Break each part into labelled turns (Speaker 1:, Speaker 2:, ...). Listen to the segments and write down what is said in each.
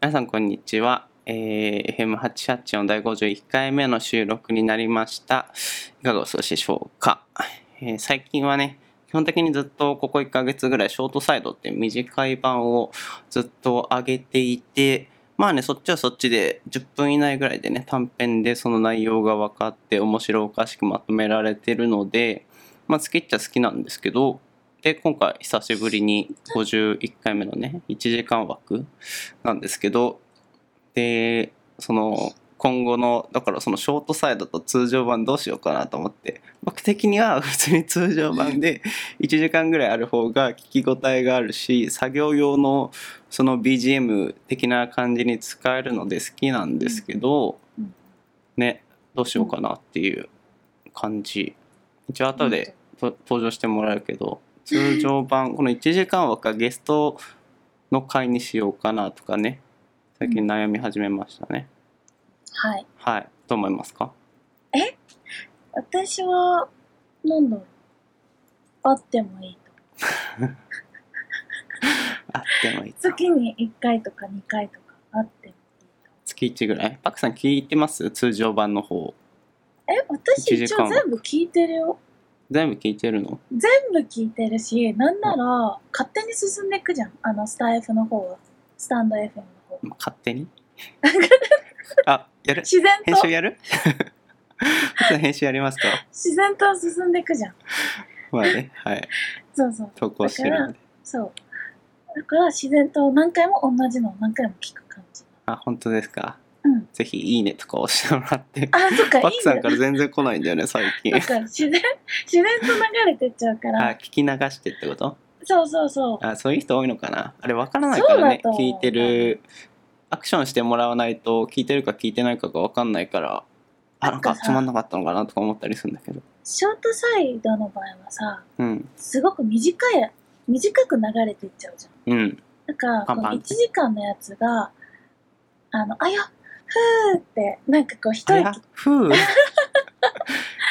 Speaker 1: 皆さんこんにちは、えー FM88 の第51回目の収録になりましたいかがお過ごしでしょうか、えー最近はね基本的にずっとここ1ヶ月ぐらいショートサイドって短い版をずっと上げていてまあねそっちはそっちで10分以内ぐらいでね短編でその内容が分かって面白おかしくまとめられてるのでまあ好きっちゃ好きなんですけどで今回久しぶりに51回目のね1時間枠なんですけどでその今後のだからそのショートサイドと通常版どうしようかなと思って僕的には普通に通常版で1時間ぐらいある方が聞き応えがあるし作業用のその BGM 的な感じに使えるので好きなんですけど、
Speaker 2: うん
Speaker 1: ねどうしようかなっていう感じ一応後でと登場してもらうけど通常版この1時間枠はゲストの回にしようかなとかね最近悩み始めましたね、
Speaker 2: はい。
Speaker 1: はいどう思いますか
Speaker 2: 私は、なんだろう。あってもいいと。
Speaker 1: あってもいいか
Speaker 2: 月に1回とか2回とかあってもいいと。
Speaker 1: 月1ぐらいパクさん聞いてます通常版の方
Speaker 2: え、私
Speaker 1: 1時
Speaker 2: 一
Speaker 1: 間
Speaker 2: 応全部聞いてるよ。
Speaker 1: 全部聞いてるの
Speaker 2: 全部聞いてるし、なんなら勝手に進んでいくじゃん。あの、スター F の方は。スタンド FM の方。
Speaker 1: 勝手にあやる
Speaker 2: 自然
Speaker 1: 編
Speaker 2: と
Speaker 1: 集、やる パクさん編集やりますか
Speaker 2: 自然と進んでいくじゃん。
Speaker 1: まあねはい
Speaker 2: そうそう。
Speaker 1: 投稿してるんで
Speaker 2: そう。だから自然と何回も同じのを何回も聞く感じ。
Speaker 1: あ本当ですか、
Speaker 2: うん
Speaker 1: ぜひいいねとか押してもらって
Speaker 2: あ、そっか、いい
Speaker 1: パクさん
Speaker 2: ね
Speaker 1: か。ら全然来ないんだよ ね最近
Speaker 2: だから自然、自然と流れてっちゃうか
Speaker 1: あ
Speaker 2: ら。
Speaker 1: 聞き流してってこと
Speaker 2: そうそうそう。
Speaker 1: あそういう人多いのかなあれわからないからね
Speaker 2: そうだと
Speaker 1: 聞
Speaker 2: 思う
Speaker 1: いてるアクションしてもらわないと聞いてるか聞いてないかがわかんないからあなん
Speaker 2: なんか
Speaker 1: か
Speaker 2: さ
Speaker 1: つまんなかったのかなとか思ったりするんだけど
Speaker 2: ショートサイドの場合はさ、
Speaker 1: うん
Speaker 2: すごく短い、短く流れていっちゃうじゃん。
Speaker 1: うん
Speaker 2: だから、
Speaker 1: パン
Speaker 2: こ
Speaker 1: パ
Speaker 2: の
Speaker 1: ン
Speaker 2: 1時間のやつが、あの、あや、ふーって、なんかこう一
Speaker 1: あ
Speaker 2: 息、
Speaker 1: や
Speaker 2: あ
Speaker 1: ふう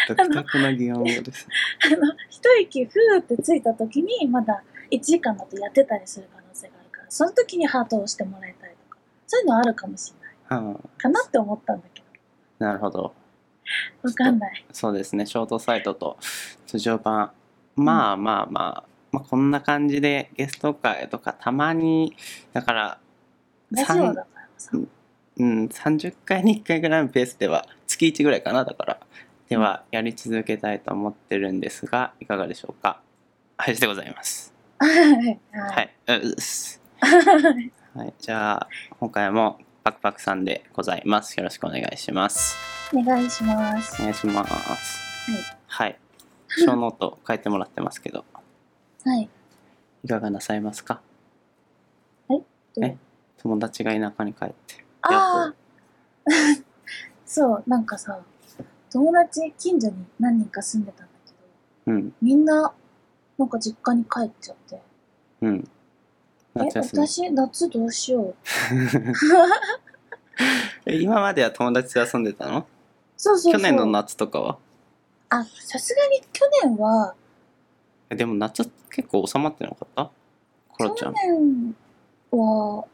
Speaker 1: 独特な擬音語ですね
Speaker 2: の、一息ふーってついた時に、まだ1時間だとやってたりする可能性があるから、その時にハートを押してもらえたりとか、そういうのあるかもしれない。
Speaker 1: うん
Speaker 2: かなって思ったんだけ
Speaker 1: なるほど
Speaker 2: ど。わかんない。
Speaker 1: そうですねショートサイトと通常版まあまあまあ、まあ、こんな感じでゲスト会とかたまにだから
Speaker 2: ラジオだからさ
Speaker 1: う。んうん、30回に1回ぐらいのペースでは月1ぐらいかなだからではやり続けたいと思ってるんですがいかがでしょうか林でございます
Speaker 2: はい。
Speaker 1: は、
Speaker 2: はい
Speaker 1: うっ す
Speaker 2: い。
Speaker 1: はい、じゃあ今回もパクパクさんでございますよろしくお願いします
Speaker 2: お願いします
Speaker 1: お。願いしますはい小ノート書いてもらってますけど
Speaker 2: はい。
Speaker 1: いかがなさいますか
Speaker 2: どう
Speaker 1: え友達が田舎に帰って
Speaker 2: ああ そうなんかさ友達近所に何人か住んでたんだけど
Speaker 1: うん
Speaker 2: みんななんか実家に帰っちゃって
Speaker 1: うん
Speaker 2: え
Speaker 1: 夏休み
Speaker 2: 私夏どうしよう
Speaker 1: え今までは友達と遊んでたの
Speaker 2: そうそうそう
Speaker 1: 去年の夏とかは
Speaker 2: あさすがに去年は
Speaker 1: えでも夏結構収まってなかったコロちゃ
Speaker 2: 去
Speaker 1: ん
Speaker 2: 年は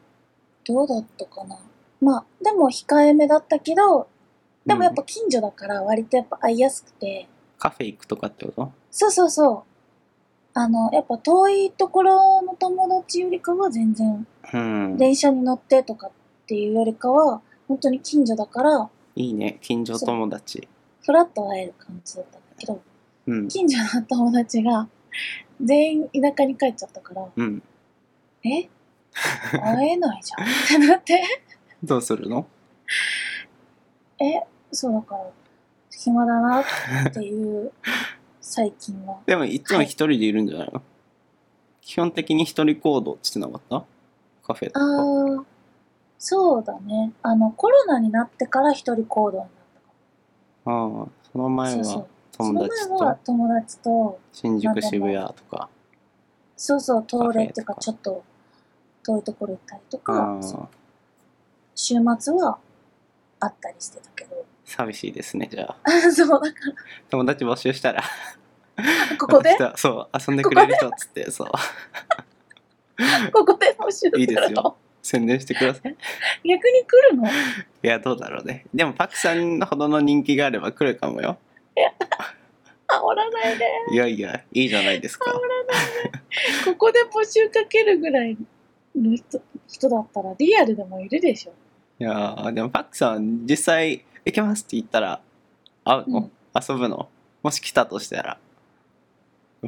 Speaker 2: どうだったかなまあでも控えめだったけどでもやっぱ近所だから割とやっぱ会いやすくて、
Speaker 1: カフェ行くとかってこと
Speaker 2: そうそうそうあのやっぱ遠いところの友達よりかは全然
Speaker 1: うん
Speaker 2: 電車に乗ってとかっていうよりかは本当に近所だから
Speaker 1: いいね近所友達
Speaker 2: ふらっと会える感じだったんだけど
Speaker 1: うん
Speaker 2: 近所の友達が全員田舎に帰っちゃったから
Speaker 1: うん
Speaker 2: え会えないじゃんってなって
Speaker 1: どうするの
Speaker 2: えそうだから暇だなっていう最近は
Speaker 1: でもいつも一人でいるんじゃないの、基本的に一人行動してなかったカフェと
Speaker 2: あ
Speaker 1: か
Speaker 2: ーそうだねあのコロナになってから一人行動になっ
Speaker 1: ああその
Speaker 2: たか
Speaker 1: 前
Speaker 2: もそうそう
Speaker 1: は
Speaker 2: その
Speaker 1: 友達
Speaker 2: 前は
Speaker 1: と
Speaker 2: 友達と
Speaker 1: 新宿
Speaker 2: なんか
Speaker 1: 渋
Speaker 2: もう
Speaker 1: 谷とか
Speaker 2: そうそう、
Speaker 1: カ
Speaker 2: 遠
Speaker 1: フ
Speaker 2: 出
Speaker 1: ェ
Speaker 2: っていうか、
Speaker 1: とか
Speaker 2: ちょっと遠いところ行ったりと
Speaker 1: あ
Speaker 2: か、そう
Speaker 1: あ
Speaker 2: 週末はあったりしてたけど。
Speaker 1: 寂しいですねじゃあ
Speaker 2: そう、だか
Speaker 1: 友達募集したら
Speaker 2: ら、ここで
Speaker 1: 私、とそう遊んでくれる人っつってそう
Speaker 2: ここで募集するの。
Speaker 1: いいですよ宣伝してください。
Speaker 2: 逆に来るの
Speaker 1: いや、どうだろうね。でも、パクさんほどの人気があれば来るかもよ。
Speaker 2: 煽らないで。
Speaker 1: いやいや、いいじゃないですか。
Speaker 2: ここで募集かけるぐらいの人人だったらリアルでもいるでしょ。
Speaker 1: いやーでも、パクさん、実際、行けますって言ったら、会うの、
Speaker 2: うん
Speaker 1: 遊ぶのもし来たとしたら。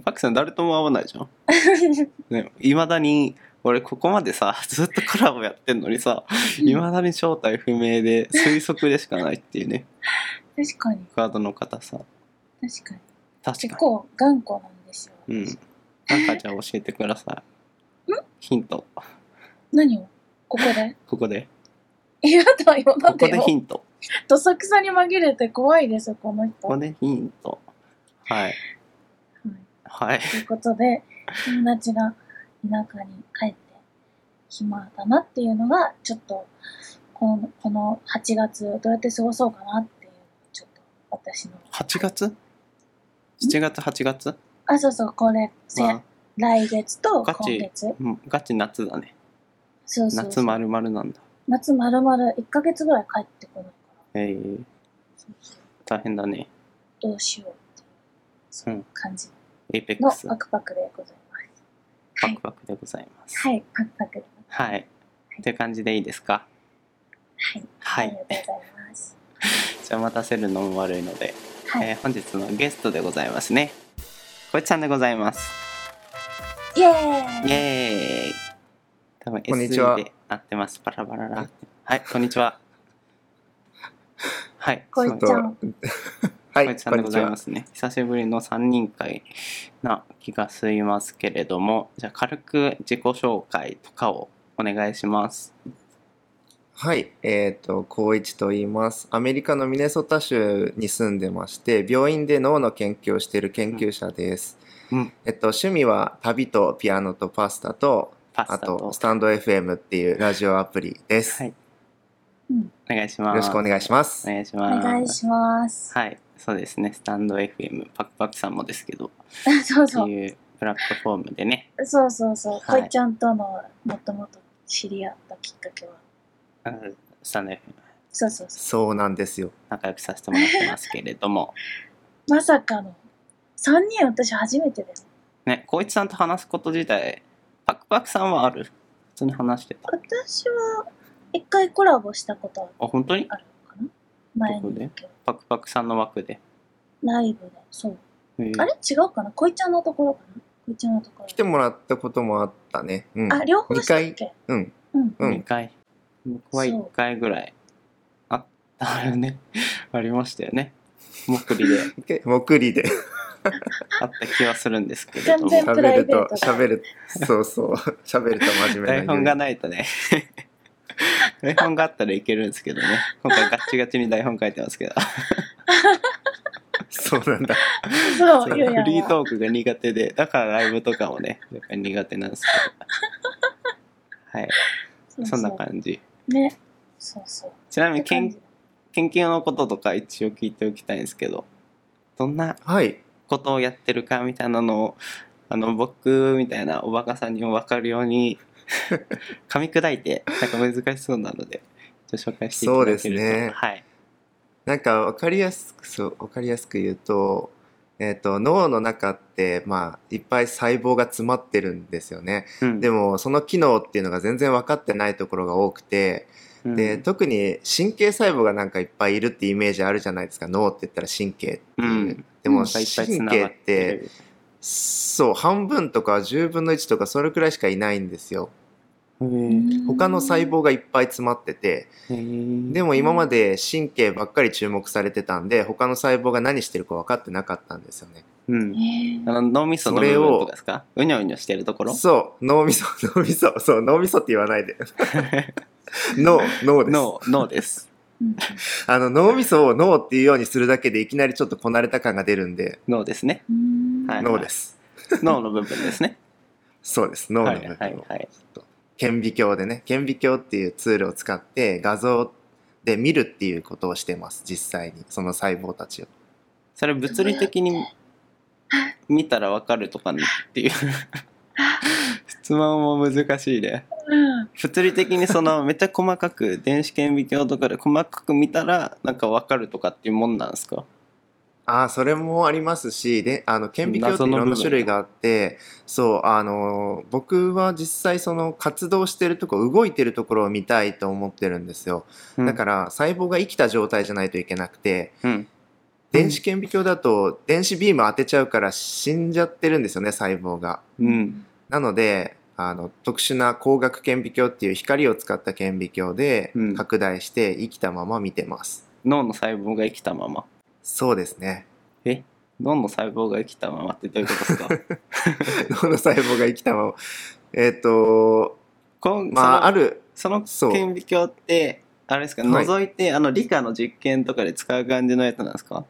Speaker 1: パクさん、誰とも会わないじゃん。いまだに俺ここまでさ ずっとコラボやってんのにさいまだに正体不明で推測でしかないっていうね
Speaker 2: 確かに、
Speaker 1: ガードの方さ
Speaker 2: 確かに。
Speaker 1: 確
Speaker 2: 結
Speaker 1: か
Speaker 2: 構頑固なんですよ。
Speaker 1: にうんなんかじゃあ教えてくださいヒント
Speaker 2: 何をここで
Speaker 1: ここで
Speaker 2: いやだよ、だ
Speaker 1: こ
Speaker 2: っ
Speaker 1: こ
Speaker 2: て
Speaker 1: で
Speaker 2: よ
Speaker 1: ヒ。ント
Speaker 2: どさくさに紛れて怖いですよ、この人。
Speaker 1: こ
Speaker 2: は
Speaker 1: こ
Speaker 2: い、
Speaker 1: でヒントはいはい
Speaker 2: ということで、友達が田舎に帰って暇だなっていうのが、ちょっと、この、この8月、どうやって過ごそうかなっていう、ちょっと、私の。
Speaker 1: 8月 ?7 月8月
Speaker 2: あ、そうそう、これ、せ
Speaker 1: まあ
Speaker 2: 来月と
Speaker 1: ガチ
Speaker 2: 今月。
Speaker 1: うんガチ夏だね
Speaker 2: そうそうそう
Speaker 1: 夏まるまるなんだ
Speaker 2: 夏まるまる1ヶ月ぐらい帰ってこないから。
Speaker 1: えー、
Speaker 2: そうそう
Speaker 1: 大変だね
Speaker 2: どうしようっていう
Speaker 1: うん
Speaker 2: 感じ
Speaker 1: エイペッ
Speaker 2: の
Speaker 1: クス
Speaker 2: パ
Speaker 1: パ
Speaker 2: クパクでございます。
Speaker 1: クパクでございます
Speaker 2: はい、パクパクで。
Speaker 1: はい。という感じでいいですか
Speaker 2: はい。
Speaker 1: は
Speaker 2: ありが
Speaker 1: い
Speaker 2: と。うございます。
Speaker 1: じゃあ待たせるのも悪いので、
Speaker 2: はい。
Speaker 1: えー本日のゲストでございますね。こいちさんでございます。
Speaker 2: イエーイ
Speaker 1: イエーイ多分
Speaker 3: こんにちは
Speaker 1: SE で合ってます。バラバララ。はい、こんにちは。はい。
Speaker 2: こい
Speaker 1: そう
Speaker 2: ちゃん。
Speaker 3: は
Speaker 1: こい
Speaker 3: い、
Speaker 1: ちさんでござい
Speaker 3: こ
Speaker 1: ま
Speaker 3: んにち
Speaker 1: すね。久しぶりの3人会な気がしますけれども、じゃあ軽く自己紹介とかをお願いします。
Speaker 3: は。はい、えっ、ー、と、光一と言います。アメリカのミネソタ州に住んでまして、病院で脳の研究をしている研究者です。
Speaker 1: うん、
Speaker 3: えっと、趣味は旅とピアノとパスタと、
Speaker 1: パスタ
Speaker 3: あ
Speaker 1: と
Speaker 3: と、スタンド FM っていうラジオアプリです。
Speaker 1: はいお願いし
Speaker 3: よ
Speaker 1: ます。
Speaker 3: ろしくお願いします
Speaker 1: お。願いし
Speaker 2: お
Speaker 1: ます。
Speaker 2: 願いします。
Speaker 1: はい、そうですね、スタンド FM、パクパクさんもですけど、
Speaker 2: そう
Speaker 1: って
Speaker 2: そう。
Speaker 1: いうプラットフォームでね、
Speaker 2: そうそうそう。
Speaker 1: はい
Speaker 2: こいちゃんとのもともと知り合ったきっかけは。
Speaker 1: うんスタンド FM、
Speaker 2: そうそうそ
Speaker 3: そうなんですよ。
Speaker 1: 仲良くさせてもらってますけれども、
Speaker 2: う。まさかの。3人私初めてです。
Speaker 1: ね、光一さんと話すこと自体、パクパクさんはある普通に話してた。
Speaker 2: 私は一回コラボしたこと
Speaker 1: あ、本当に
Speaker 2: あるのかな前にだけど。
Speaker 1: パクパクさんの枠で。
Speaker 2: ライブで。そう。
Speaker 1: へー
Speaker 2: あれ違うかなこいちゃんのところかなこいちゃんのところ。
Speaker 3: 来てもらったこともあったね。うん。
Speaker 2: あ、両方
Speaker 3: 二
Speaker 2: したっ
Speaker 3: 回。
Speaker 2: け
Speaker 3: うん。
Speaker 2: うん。
Speaker 3: うん
Speaker 1: 二回。僕は1回ぐらいあったよね。 ありましたよね。もくりで
Speaker 3: 一回、もくりで
Speaker 1: あった気はするんですけれども。
Speaker 2: 全然プラ
Speaker 3: 喋
Speaker 2: イ
Speaker 3: る
Speaker 2: ベー
Speaker 3: と、
Speaker 2: トだ
Speaker 3: 喋る、そうそう、喋ると真面目な
Speaker 1: 台
Speaker 3: ゆ
Speaker 1: 本が
Speaker 3: り
Speaker 1: ないとね 台本があったらいけるんですけどね今回ガッチガチに台本書いてますけ ど
Speaker 3: そうなんだ。
Speaker 2: そ
Speaker 1: フ
Speaker 2: う、ゆうやんは
Speaker 1: リートークが苦手でだからライブとかもねやっぱり苦手なんですけどはい
Speaker 2: そう
Speaker 1: そんな
Speaker 2: そう
Speaker 1: 感じ
Speaker 2: ね。そうそう。
Speaker 1: ちなみ
Speaker 2: って
Speaker 1: に
Speaker 2: 感
Speaker 1: 研
Speaker 2: じ
Speaker 1: 研究のこととか一応聞いておきたいんですけどどんな
Speaker 3: はい。
Speaker 1: ことをやってるかみたいなのをあの僕みたいなおバカさんにも分かるように噛み砕いてなんか難しそうなのでちょっと紹介していただけると
Speaker 3: そうですね
Speaker 1: はい
Speaker 3: なんかわかりやすくそうわかりやすく言うと,、えー、と脳の中って、まあ、いっぱい細胞が詰まってるんですよね
Speaker 1: うん
Speaker 3: でもその機能っていうのが全然分かってないところが多くて
Speaker 1: うん
Speaker 3: で特に神経細胞がなんかいっぱいいるってイメージあるじゃないですか脳って言ったら神経っていう、
Speaker 1: うん
Speaker 3: で
Speaker 2: う
Speaker 3: も
Speaker 2: ん
Speaker 1: いっぱい
Speaker 3: 神
Speaker 1: 繋
Speaker 3: 経
Speaker 1: が
Speaker 3: っ
Speaker 1: って
Speaker 3: て
Speaker 1: る
Speaker 3: そう半分とか10分の1とかそれくらいしかいないんですよ他の細。胞がいっぱい詰まっててで
Speaker 1: でも
Speaker 3: も今まで神経ばっかり注目されてたんで他の細胞が何してるか分かってなかったんですよね。
Speaker 1: うん
Speaker 2: ね
Speaker 1: あの脳みその部分とかですかうにょうにょしてるところ
Speaker 3: そう脳みそ 脳みそそう脳みそって言わないで 脳脳です
Speaker 1: 脳脳です
Speaker 2: うん
Speaker 3: あの脳みそを脳っていうようにするだけでいきなりちょっとこなれた感が出るんで
Speaker 1: 脳ですね
Speaker 2: うん
Speaker 1: はい
Speaker 3: 脳です
Speaker 1: 脳の部分ですね
Speaker 3: そうです 脳
Speaker 1: は
Speaker 3: の
Speaker 1: い
Speaker 3: 部分を、
Speaker 1: はいはい
Speaker 3: 顕微鏡でね顕微鏡っていうツールを使って画像で見るっていうことをしてます実際にその細胞たちを
Speaker 1: それ物理的に見たらわかるとかっていう
Speaker 2: あ
Speaker 1: つまも難しいね。
Speaker 2: うん。
Speaker 1: 物理的にそのめっちゃ細かく電子顕微鏡とかで細かく見たらなんかわかるとかっていうもんなんですか
Speaker 3: ああ、それもありますし、で、あの、顕微鏡って
Speaker 1: 謎
Speaker 3: い
Speaker 1: の
Speaker 3: ろ
Speaker 1: 部
Speaker 3: んな
Speaker 1: 分、
Speaker 3: 種類があって、そう、あの、僕は実際その活動してるとこ、動いてるところを見たいと思ってるんですよ。だからら、細胞が生きた状態じゃないといけなくて、
Speaker 1: うん、
Speaker 3: 電子顕微鏡だと電子ビーム当てちゃうから死んじゃってるんですよね、細胞が。
Speaker 1: うん。
Speaker 3: なので、あの、特殊な光学顕微鏡っていう光を使った顕微鏡で
Speaker 1: うん
Speaker 3: 拡大して生きたまま見てます。
Speaker 1: 脳の細胞が生きたまま。
Speaker 3: そうですね。
Speaker 1: 脳の細胞が生きたままってどういうことです か
Speaker 3: 脳の細胞が生きたまま。えっ、と、
Speaker 1: こん
Speaker 3: まあ、ある、
Speaker 1: そのそ
Speaker 3: そう
Speaker 1: の顕微鏡ってあれですか、
Speaker 3: はい
Speaker 1: 覗いてあの理科の実験とかで使う感じのやつなんですか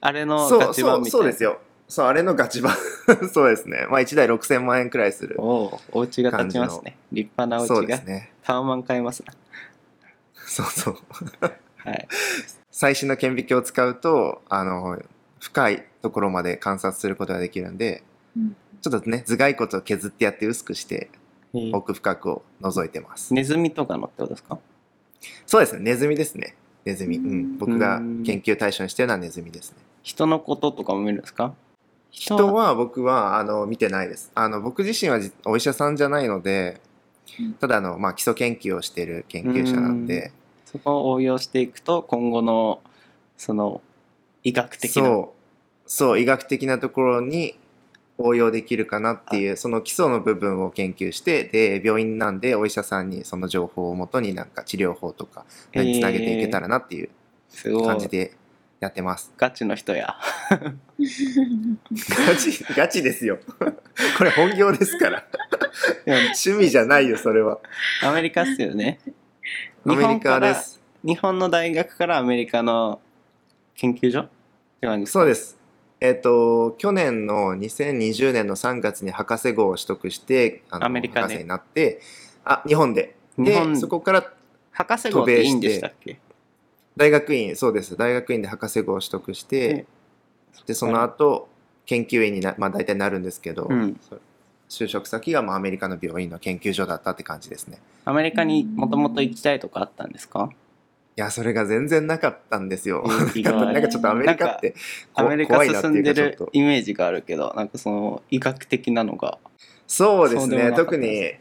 Speaker 1: あれの
Speaker 3: そ
Speaker 1: ガ
Speaker 3: う、
Speaker 1: チ
Speaker 3: そ
Speaker 1: 版
Speaker 3: う、
Speaker 1: みたい
Speaker 3: そう
Speaker 1: な
Speaker 3: ですよ。そう、あれのガチ版。 そうですね。まあ、1台6000万円くらいする。
Speaker 1: おうお家が建ちますね立派なお
Speaker 3: そう
Speaker 1: 家
Speaker 3: で
Speaker 1: が、
Speaker 3: すね。
Speaker 1: タワマン買いますな
Speaker 3: そうそう。
Speaker 1: はい
Speaker 3: 最新の顕微鏡を使うと、あの、深いところまで観察することができるんで、
Speaker 2: うん
Speaker 3: ちょっとね、頭蓋骨を削ってやって薄くして、
Speaker 1: えー
Speaker 3: 奥深くを覗いてます。
Speaker 1: ネズミとかのってことですか
Speaker 3: そうですね、ネズミですね。ネズミ。う
Speaker 2: うん
Speaker 3: ん。僕が研究対象にしてるのはネズミですね。
Speaker 1: 人のこととかも見るんですか人
Speaker 3: 人は僕は、あの、見てないです。あの、僕自身はじお医者さんじゃないので
Speaker 2: うん、
Speaker 3: ただ、あの、まあ、基礎研究をしてる研究者なんで、
Speaker 1: そこを応用していくと今後のその医学的な
Speaker 3: そう、そう、医学的なところに応用できるかなっていう、その基礎の部分を研究して、で、病院なんでお医者さんにその情報をもとになんか治療法とか、につなげていけたらなっていう
Speaker 1: すご
Speaker 3: 感
Speaker 1: い
Speaker 3: じでやってます。
Speaker 1: ガチの人や
Speaker 3: ガチ、 ガチですよ。これ本業ですから。
Speaker 1: でも
Speaker 3: 趣味じゃないよ、それは。
Speaker 1: アメリカっすよ ね
Speaker 3: アメリカで
Speaker 1: 日本から
Speaker 3: す。
Speaker 1: 日本の大学からアメリカの研究所って感じですか
Speaker 3: そうです。えっ、と、去年の2020年の3月に博士号を取得して、あの
Speaker 1: アメリカで
Speaker 3: 博士になって、あ、日本で。
Speaker 1: 日本
Speaker 3: で、そこから
Speaker 1: 博士号っていいんでしたっけ
Speaker 3: 大学院、そうです。大学院で博士号を取得して、で、その後、研究員にな、まあ大体なるんですけど、
Speaker 1: うん
Speaker 3: 就職先がまあアメリカの病院の研究所だったって感じですね。
Speaker 1: アメリカにもともと行きたいとかあったんですか
Speaker 3: いや、それが全然なかったんですよ。
Speaker 1: 意
Speaker 3: なんか
Speaker 1: 外
Speaker 3: なんかちょっとアメリカって
Speaker 1: ア
Speaker 3: こ
Speaker 1: メリカ
Speaker 3: 怖いなって
Speaker 1: 進
Speaker 3: い
Speaker 1: ん
Speaker 3: う
Speaker 1: で
Speaker 3: かちょっ
Speaker 1: る
Speaker 3: と
Speaker 1: イメージがあるけどなんかその医学的なのが
Speaker 3: そうです
Speaker 1: そうでも
Speaker 3: ね
Speaker 1: なかった
Speaker 3: 特に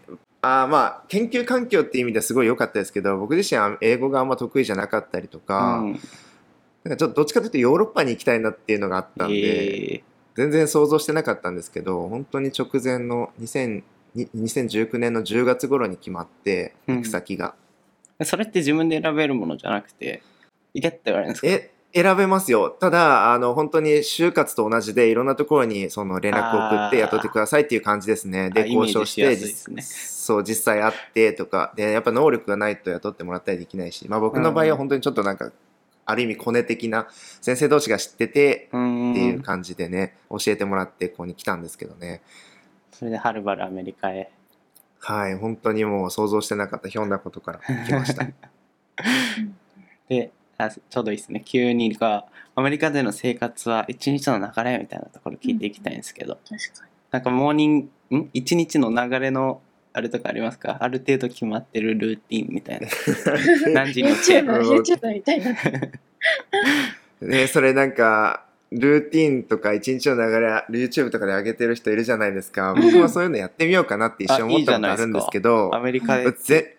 Speaker 3: あーまあ研究環境っていう意味ではすごい良かったですけど僕自身は英語があんま得意じゃなかったりとか,、
Speaker 1: うん
Speaker 3: なんかちょっとどっちかというとヨーロッパに行きたいなっていうのがあったんで、
Speaker 1: えー
Speaker 3: 全然想像してなかったんですけど本当に直前の2000 2019年の10月頃に決まって
Speaker 1: うん
Speaker 3: 行く先が、
Speaker 1: それって自分で選べるものじゃなくて行けって言われるんですか
Speaker 3: え選べますよただあの本当に就活と同じでいろんなところにその連絡を送って
Speaker 1: あー
Speaker 3: 雇ってくださいっていう感じですね
Speaker 1: あ
Speaker 3: で
Speaker 1: イメー
Speaker 3: 交
Speaker 1: ジ
Speaker 3: 渉し
Speaker 1: しや
Speaker 3: て
Speaker 1: すいですね
Speaker 3: 実そう実際会ってとかでやっぱ能力がないと雇ってもらったりできないし、まあ、僕の場合は本当にちょっとなんか、ある意味コネ的な先生同士が知ってて
Speaker 1: うーん
Speaker 3: っていう感じでね、教えてもらってここに来たんですけどね
Speaker 1: それではるばるアメリカへ
Speaker 3: はい本当にもう想像してなかったひょんなことから来ました
Speaker 1: であちょうどいいですね急にがアメリカでの生活は一日の流れみたいなところ聞いていきたいんですけど、
Speaker 2: 確かに。
Speaker 1: なんかモーニングん一日の流れのあれとかありますかある程度決まってるルーティンみ たいな何時に起きて
Speaker 2: YouTuber、YouTuber みたいになってる。
Speaker 3: ね、それなんか、ルーティンとか一日の流れ、YouTube とかで上げてる人いるじゃないですか。僕もそういうのやってみようかなって一瞬思ったことあるんですけど
Speaker 1: ア、メリカで
Speaker 3: ぜ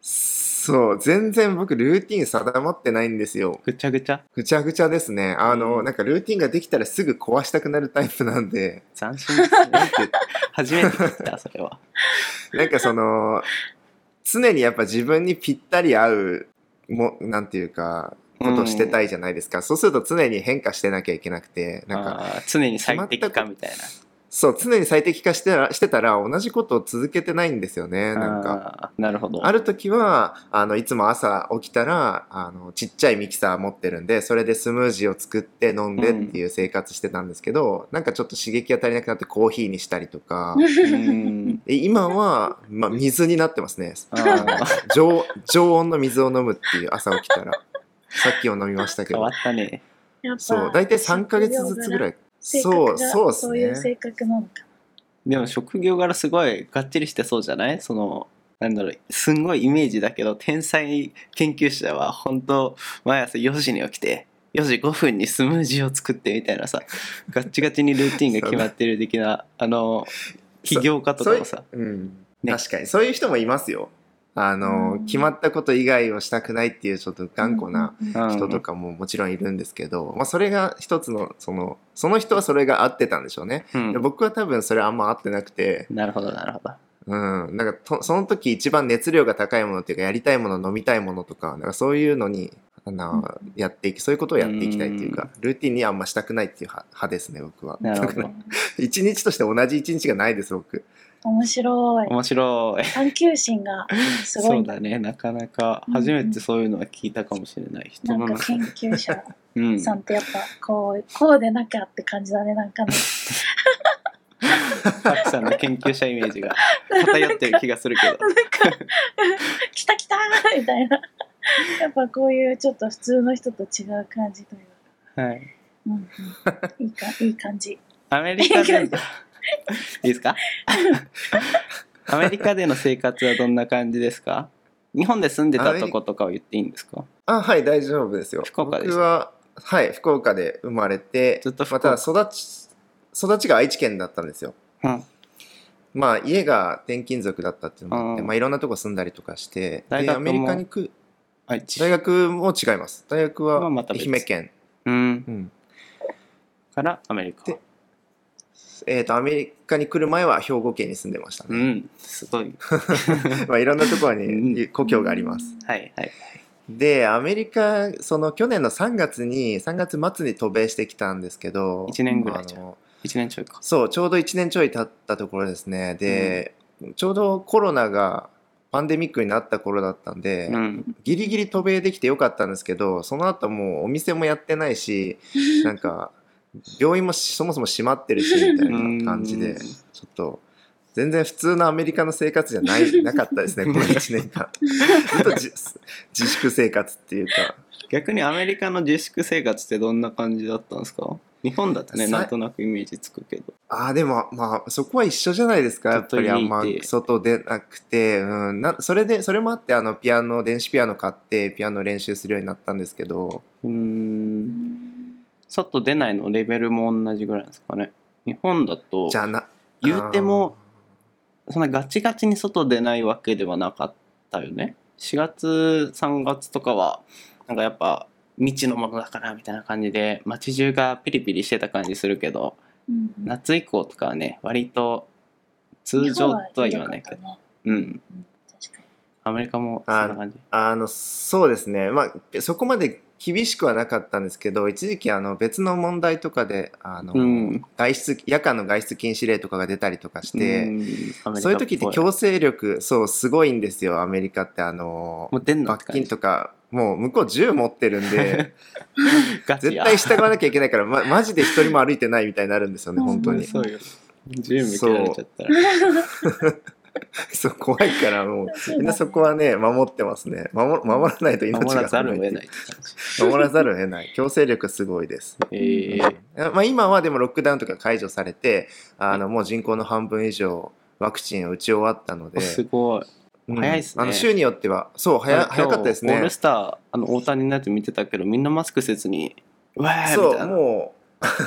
Speaker 3: そう、全然僕ルーティン定まってないんですよ。
Speaker 1: ぐちゃぐちゃ
Speaker 3: ぐちゃぐちゃですね。あの、
Speaker 1: うん
Speaker 3: なんかルーティンができたらすぐ壊したくなるタイプなんで、
Speaker 1: 斬 新ですね初めて聞いたそれは
Speaker 3: なんかその、常にやっぱ自分にぴったり合う、も、なんていうか、ことをしてたいじゃないですか。そうすると常に変化してなきゃいけなくて、なんか、
Speaker 1: あー常に最適化みたいな
Speaker 3: そう、常に最適化してらしてたら、同じことを続けてないんですよね、なん
Speaker 1: あ
Speaker 3: か。
Speaker 1: ーなるほど
Speaker 3: ある時は、あの、いつも朝起きたら、あの、ちっちゃいミキサー持ってるんで、それでスムージーを作って飲んでっていう生活してたんですけど、なんかちょっと刺激が足りなくなってコーヒーにしたりとか、
Speaker 1: うーん
Speaker 3: で今は、まあ、水になってますね。
Speaker 1: あ ー
Speaker 3: 常、常温の水を飲むっていう朝起きたら。さっきを飲みましたけ
Speaker 1: 変わ
Speaker 3: ど
Speaker 1: っ。たね
Speaker 2: やっぱ
Speaker 3: そう、だいたい3ヶ月ずつぐら
Speaker 2: い。
Speaker 3: い。
Speaker 2: そ、
Speaker 3: そうう、
Speaker 2: そ
Speaker 3: そうう
Speaker 2: で
Speaker 3: ですす
Speaker 2: ね。そういう
Speaker 3: ね。
Speaker 2: 性格なのか
Speaker 1: でも職業柄すごいがっちりしてそうじゃないそのなんだろうすんごいイメージだけど天才研究者は本当毎朝4時に起きて4時5分にスムージーを作ってみたいなさガッチガチにルーティンが決まってる的なあ の起業家とかもさ
Speaker 3: そういううん
Speaker 1: ね
Speaker 3: 確かにそういう人もいますよあの、
Speaker 2: うん
Speaker 3: 決まったこと以外をしたくないっていうちょっと頑固な
Speaker 2: うんうん
Speaker 1: うん
Speaker 3: 人とかももちろんいるんですけど、まあ、それが一つのそのその人はそれが合ってたんでしょうね、
Speaker 1: うん
Speaker 3: で僕は多分それあんま合ってなくて、
Speaker 1: なるほどなるほど
Speaker 3: うん、なんかとその時一番熱量が高いものっていうかやりたいもの飲みたいものとかなんかそういうのにあのやっていきそういうことをやっていきたいっていうか、ルーティンにあんましたくないっていう派派ですね僕は
Speaker 1: なるほど
Speaker 2: うん
Speaker 3: 一日として同じ一日がないです僕
Speaker 2: 面白い。
Speaker 1: 面白い
Speaker 2: 探求心がすご
Speaker 1: そ
Speaker 2: いうね。
Speaker 1: だねなかなか
Speaker 2: うんうん
Speaker 1: 初めてそういうのは聞いたかもしれない人
Speaker 2: な
Speaker 1: の
Speaker 2: んか
Speaker 1: 中
Speaker 2: 研究者
Speaker 1: うん
Speaker 2: さんってやっぱこう、こうでなきゃって感じだね、なん かね。
Speaker 1: たくさんの研究者イメージが偏ってる気がするけど
Speaker 2: なんか、来た来たーみたいな。やっぱこういうちょっと普通の人と違う感じというか。
Speaker 1: はい
Speaker 2: うんうん、いいか、いい感じ。
Speaker 1: アメリカでいいですか アメリカでの生活はどんな感じですか日本で住んでたとことかを言っていいんですか
Speaker 3: あはい大丈夫ですよ
Speaker 1: 福岡です
Speaker 3: 僕ははい福岡で生まれて
Speaker 1: ずっと福
Speaker 3: ま
Speaker 1: 岡
Speaker 3: た育ち育ちが愛知県だったんですよ
Speaker 1: うん
Speaker 3: まあ家が転勤族だったっていうのもあって、
Speaker 1: うん
Speaker 3: まあ、いろんなとこ住んだりとかして
Speaker 1: 大
Speaker 3: で
Speaker 1: 学も
Speaker 3: アメリカに来
Speaker 1: あ一
Speaker 3: 大学も違います大学
Speaker 1: まあ
Speaker 3: は
Speaker 1: また別
Speaker 3: 愛媛県、
Speaker 1: うん
Speaker 3: うん
Speaker 1: からアメリカ
Speaker 3: でえー、とアメリカに来る前は兵庫県に住んでました
Speaker 1: う
Speaker 3: ね、
Speaker 1: んすごい
Speaker 3: まあ、いろんなところ
Speaker 1: う
Speaker 3: に 故郷があります、
Speaker 1: はいはい
Speaker 3: でアメリカその去年の3月に3月末に渡米してきたんですけど
Speaker 1: 一年ぐらいじゃん
Speaker 3: あの
Speaker 1: 一年ちょいか
Speaker 3: そうちょうど1年ちょい経ったところですねで、ちょうどコロナがパンデミックになった頃だったんで、
Speaker 1: うん
Speaker 3: ギリギリ渡米できてよかったんですけどその後もうお店もやってな いしなんか病院もしそもそも閉まってるしみたいな感じ
Speaker 1: う
Speaker 3: で
Speaker 1: ん
Speaker 3: ちょっと全然普通のアメリカの生活じゃないなかったですねこの1 年間ほんとじ自粛生活っていうか
Speaker 1: 逆にアメリカの自粛生活ってどんな感じだったんですか日本だとね
Speaker 3: さ
Speaker 1: なんとなくイメージつくけど
Speaker 3: ああでもまあそこは一緒じゃないですかやっぱりあんま
Speaker 1: ずっと家にいて
Speaker 3: 外出なくて、うん、なそれでそれもあってあのピアノ電子ピアノ買ってピアノ練習するようになったんですけど
Speaker 1: うー
Speaker 2: うんん
Speaker 1: 外出ないのレベルも同じぐらいなんですかね日本だと
Speaker 3: じゃあな
Speaker 1: 言うてもそんなガチガチに外出ないわけではなかったよね4月3月とかはなんかやっぱ未知のものだからみたいな感じで街中がピリピリしてた感じするけど
Speaker 2: うんうん
Speaker 1: 夏以降とかはね割と通常とは言わないけど
Speaker 2: 日本は
Speaker 1: うん
Speaker 2: ひどかったね確かに
Speaker 1: アメリカもそんな感じ
Speaker 3: あーあのそうですねまあそこまで厳しくはなかったんですけど一時期あの別の問題とかであの、
Speaker 1: うん
Speaker 3: 外出夜間の外出禁止令とかが出たりとかして、
Speaker 1: うん
Speaker 3: そういう時って
Speaker 1: アメリカぽい
Speaker 3: 強制力そうすごいんですよアメリカってあの
Speaker 1: もう出んのって
Speaker 3: 罰
Speaker 1: 感
Speaker 3: 金
Speaker 1: じ
Speaker 3: とかもう向こう銃持ってるんで
Speaker 1: ガチ
Speaker 3: 絶
Speaker 1: や
Speaker 3: 対従わなきゃいけないから、ま、マジで一人も歩いてないみたいになるんですよね本当に
Speaker 2: ん
Speaker 1: そうよ銃向けられちゃったら
Speaker 3: そう怖いからもう
Speaker 2: そうだね
Speaker 3: みんなそこはね守ってますね守守らないと命
Speaker 1: 守ら
Speaker 3: が
Speaker 1: ざるを
Speaker 3: 危
Speaker 1: 得
Speaker 3: な
Speaker 1: ないいって感じ
Speaker 3: 守らざるを得 ない強制力すごいです
Speaker 1: えー
Speaker 3: まあ、今はでもロックダウンとか解除されてあのもう人口の半分以上ワクチンを打ち終わったので、
Speaker 1: おすごい。
Speaker 3: うん
Speaker 1: 早いっすね
Speaker 3: あの週によってはそう早
Speaker 1: あ
Speaker 3: 早かったです
Speaker 1: 今日オー
Speaker 3: ね
Speaker 1: ルスター、あの、大谷のやつ見てたけど、みんなマスクせずに、うわーみ
Speaker 3: そ
Speaker 1: たい
Speaker 3: う
Speaker 1: な。
Speaker 3: も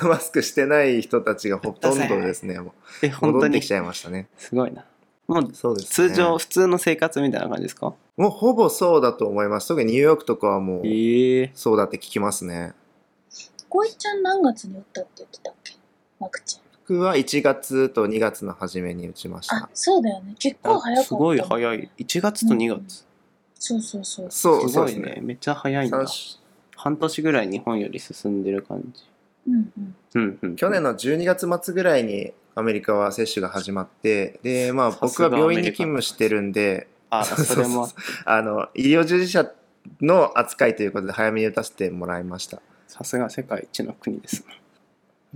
Speaker 3: う マスクしてない人たちがほとんどですねも
Speaker 1: え、
Speaker 3: う
Speaker 1: 本当
Speaker 3: 戻って
Speaker 1: に、
Speaker 3: き
Speaker 1: す
Speaker 3: ちゃいましたね
Speaker 1: ごいな。もう、
Speaker 3: そうです、ね、
Speaker 1: 通常、普通の生活みたいな感じですか
Speaker 3: もうほぼそうだと思います特にニューヨークとかはもう
Speaker 1: ええ。
Speaker 3: そうだって聞きますね
Speaker 2: こいちゃん何月に打ったって言ってたっけワクチン。
Speaker 3: 僕は1月と2月の初めに打ちまし
Speaker 2: あ
Speaker 3: た、
Speaker 2: そうだよね。結構早かった、
Speaker 1: すごい早い。。1月と2月。
Speaker 2: そうそうそう。
Speaker 3: そう
Speaker 1: す
Speaker 3: そう
Speaker 1: ご
Speaker 3: で
Speaker 1: い
Speaker 3: す
Speaker 1: ね。
Speaker 3: ね
Speaker 1: めっちゃ早いんだ
Speaker 3: 三。し
Speaker 1: 半年ぐらい日本より進んでる感じ。
Speaker 2: うんうん。
Speaker 1: うんうん。
Speaker 3: 去年の12月末ぐらいにアメリカは接種が始まってでまあ
Speaker 1: さすが
Speaker 3: 僕は病院に勤務してるんで
Speaker 1: あ、それも
Speaker 3: そう、そうそうあの医療従事者の扱いということで早めに打たせてもらいました
Speaker 1: さすが世界一の国ですね。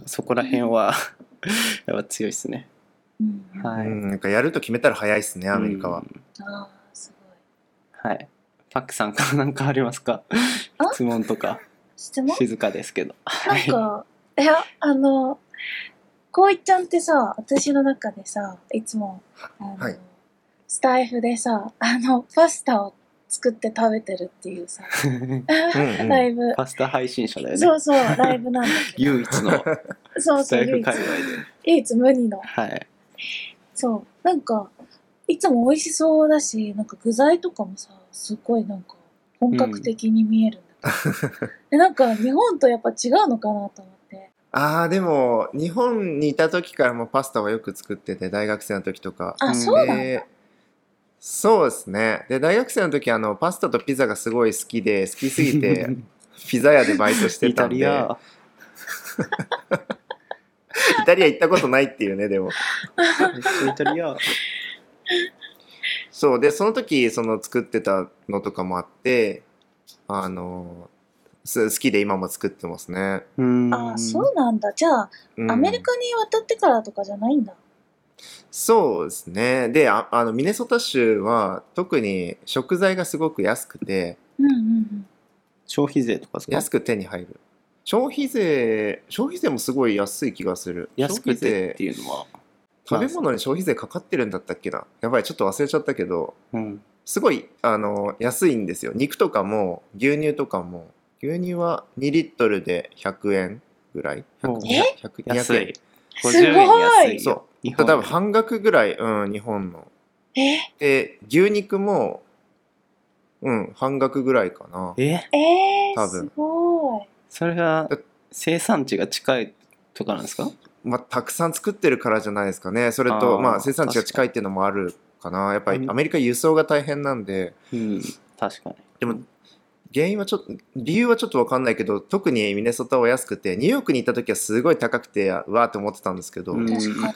Speaker 1: そこら辺は、やっぱ強いですね。
Speaker 2: うんうん、
Speaker 1: はい。
Speaker 3: うんなんかやると決めたら早いですねアメリカは、
Speaker 1: うん。
Speaker 2: ああ、すごい。
Speaker 1: はい。パックさんから何かありますか
Speaker 2: あ
Speaker 1: 質問とか
Speaker 2: 質問
Speaker 1: 静かですけど。は
Speaker 2: なん
Speaker 1: い。
Speaker 2: か、いや、あの、光一ちゃんってさ、私の中でさ、いつも、あの、
Speaker 3: はい
Speaker 2: スタイフでさ、あの、パスタを作って食べてるっていうさ、
Speaker 3: うん
Speaker 2: ライブ、
Speaker 1: パスタ配信者だよね。
Speaker 2: そうそう、ライブなんだ けど。
Speaker 1: 唯一の
Speaker 2: そう
Speaker 1: ス
Speaker 2: そ
Speaker 1: タ
Speaker 2: う、
Speaker 1: イフ
Speaker 2: 唯一
Speaker 1: 界。隈で。
Speaker 2: 唯一無二の。
Speaker 1: はい。
Speaker 2: そう。なんか、いつも美味しそうだし、なんか具材とかもさ、すごいなんか本格的に見えるんだけど。でなんか日本とやっぱ違うのかなと思って。
Speaker 3: ああでも日本にいた時からもパスタはよく作ってて大学生の時とか
Speaker 2: あ、
Speaker 1: うん
Speaker 2: そうなんだ。
Speaker 3: でそうですねで大学生の時あのパスタとピザがすごい好きで好きすぎて ピザ屋でバイトして
Speaker 1: イ
Speaker 3: た
Speaker 1: タ
Speaker 3: んで
Speaker 1: リア。
Speaker 3: イタリア行ったことないっていう ねでも
Speaker 1: めっちゃイタリア。
Speaker 3: そうでその時その作ってたのとかもあってあのす好きで今も作ってますね、
Speaker 1: うん。
Speaker 2: あ、そうなんだ。じゃあ、
Speaker 3: うん
Speaker 2: アメリカに渡ってからとかじゃないんだ。
Speaker 3: そうですねでああのミネソタ州は特に食材がすごく安くて
Speaker 2: うんうんうん。
Speaker 1: 消費税とかですか
Speaker 3: 安く手に入る消費税消費税もすごい安い気がする
Speaker 1: 安くてって
Speaker 3: 消費税
Speaker 1: いうのは。
Speaker 3: 食べ物に消費税かかってるんだったっけなやばいちょっと忘れちゃったけど
Speaker 1: うん。
Speaker 3: すごいあの安いんですよ肉とかも牛乳とかも牛乳は2リットルで100円ぐらい
Speaker 1: お
Speaker 3: 100
Speaker 2: え
Speaker 3: 100 200円
Speaker 1: 安い。
Speaker 2: すごい
Speaker 1: 50円安いよ。
Speaker 3: そう
Speaker 1: 日本
Speaker 3: 多分半額ぐらい、うん、日本の
Speaker 2: え、
Speaker 3: で牛肉もうん半額ぐらいかな
Speaker 1: え
Speaker 2: えー、
Speaker 3: 多分
Speaker 2: すごい。
Speaker 1: それは生産地が近いとかなんですか
Speaker 3: まあ、たくさん作ってるからじゃないですかねそれ
Speaker 1: あ
Speaker 3: と
Speaker 1: ー
Speaker 3: まあ、生産地が近いっていうのもあるかなやっぱり
Speaker 1: うん
Speaker 3: アメリカ輸送が大変なんで
Speaker 1: うん。確かに。
Speaker 3: でも原因はちょっと理由はちょっと分かんないけど特にミネソタは安くてニューヨークに行った時はすごい高くてうわーって思ってたんですけど、
Speaker 1: うん
Speaker 2: 確か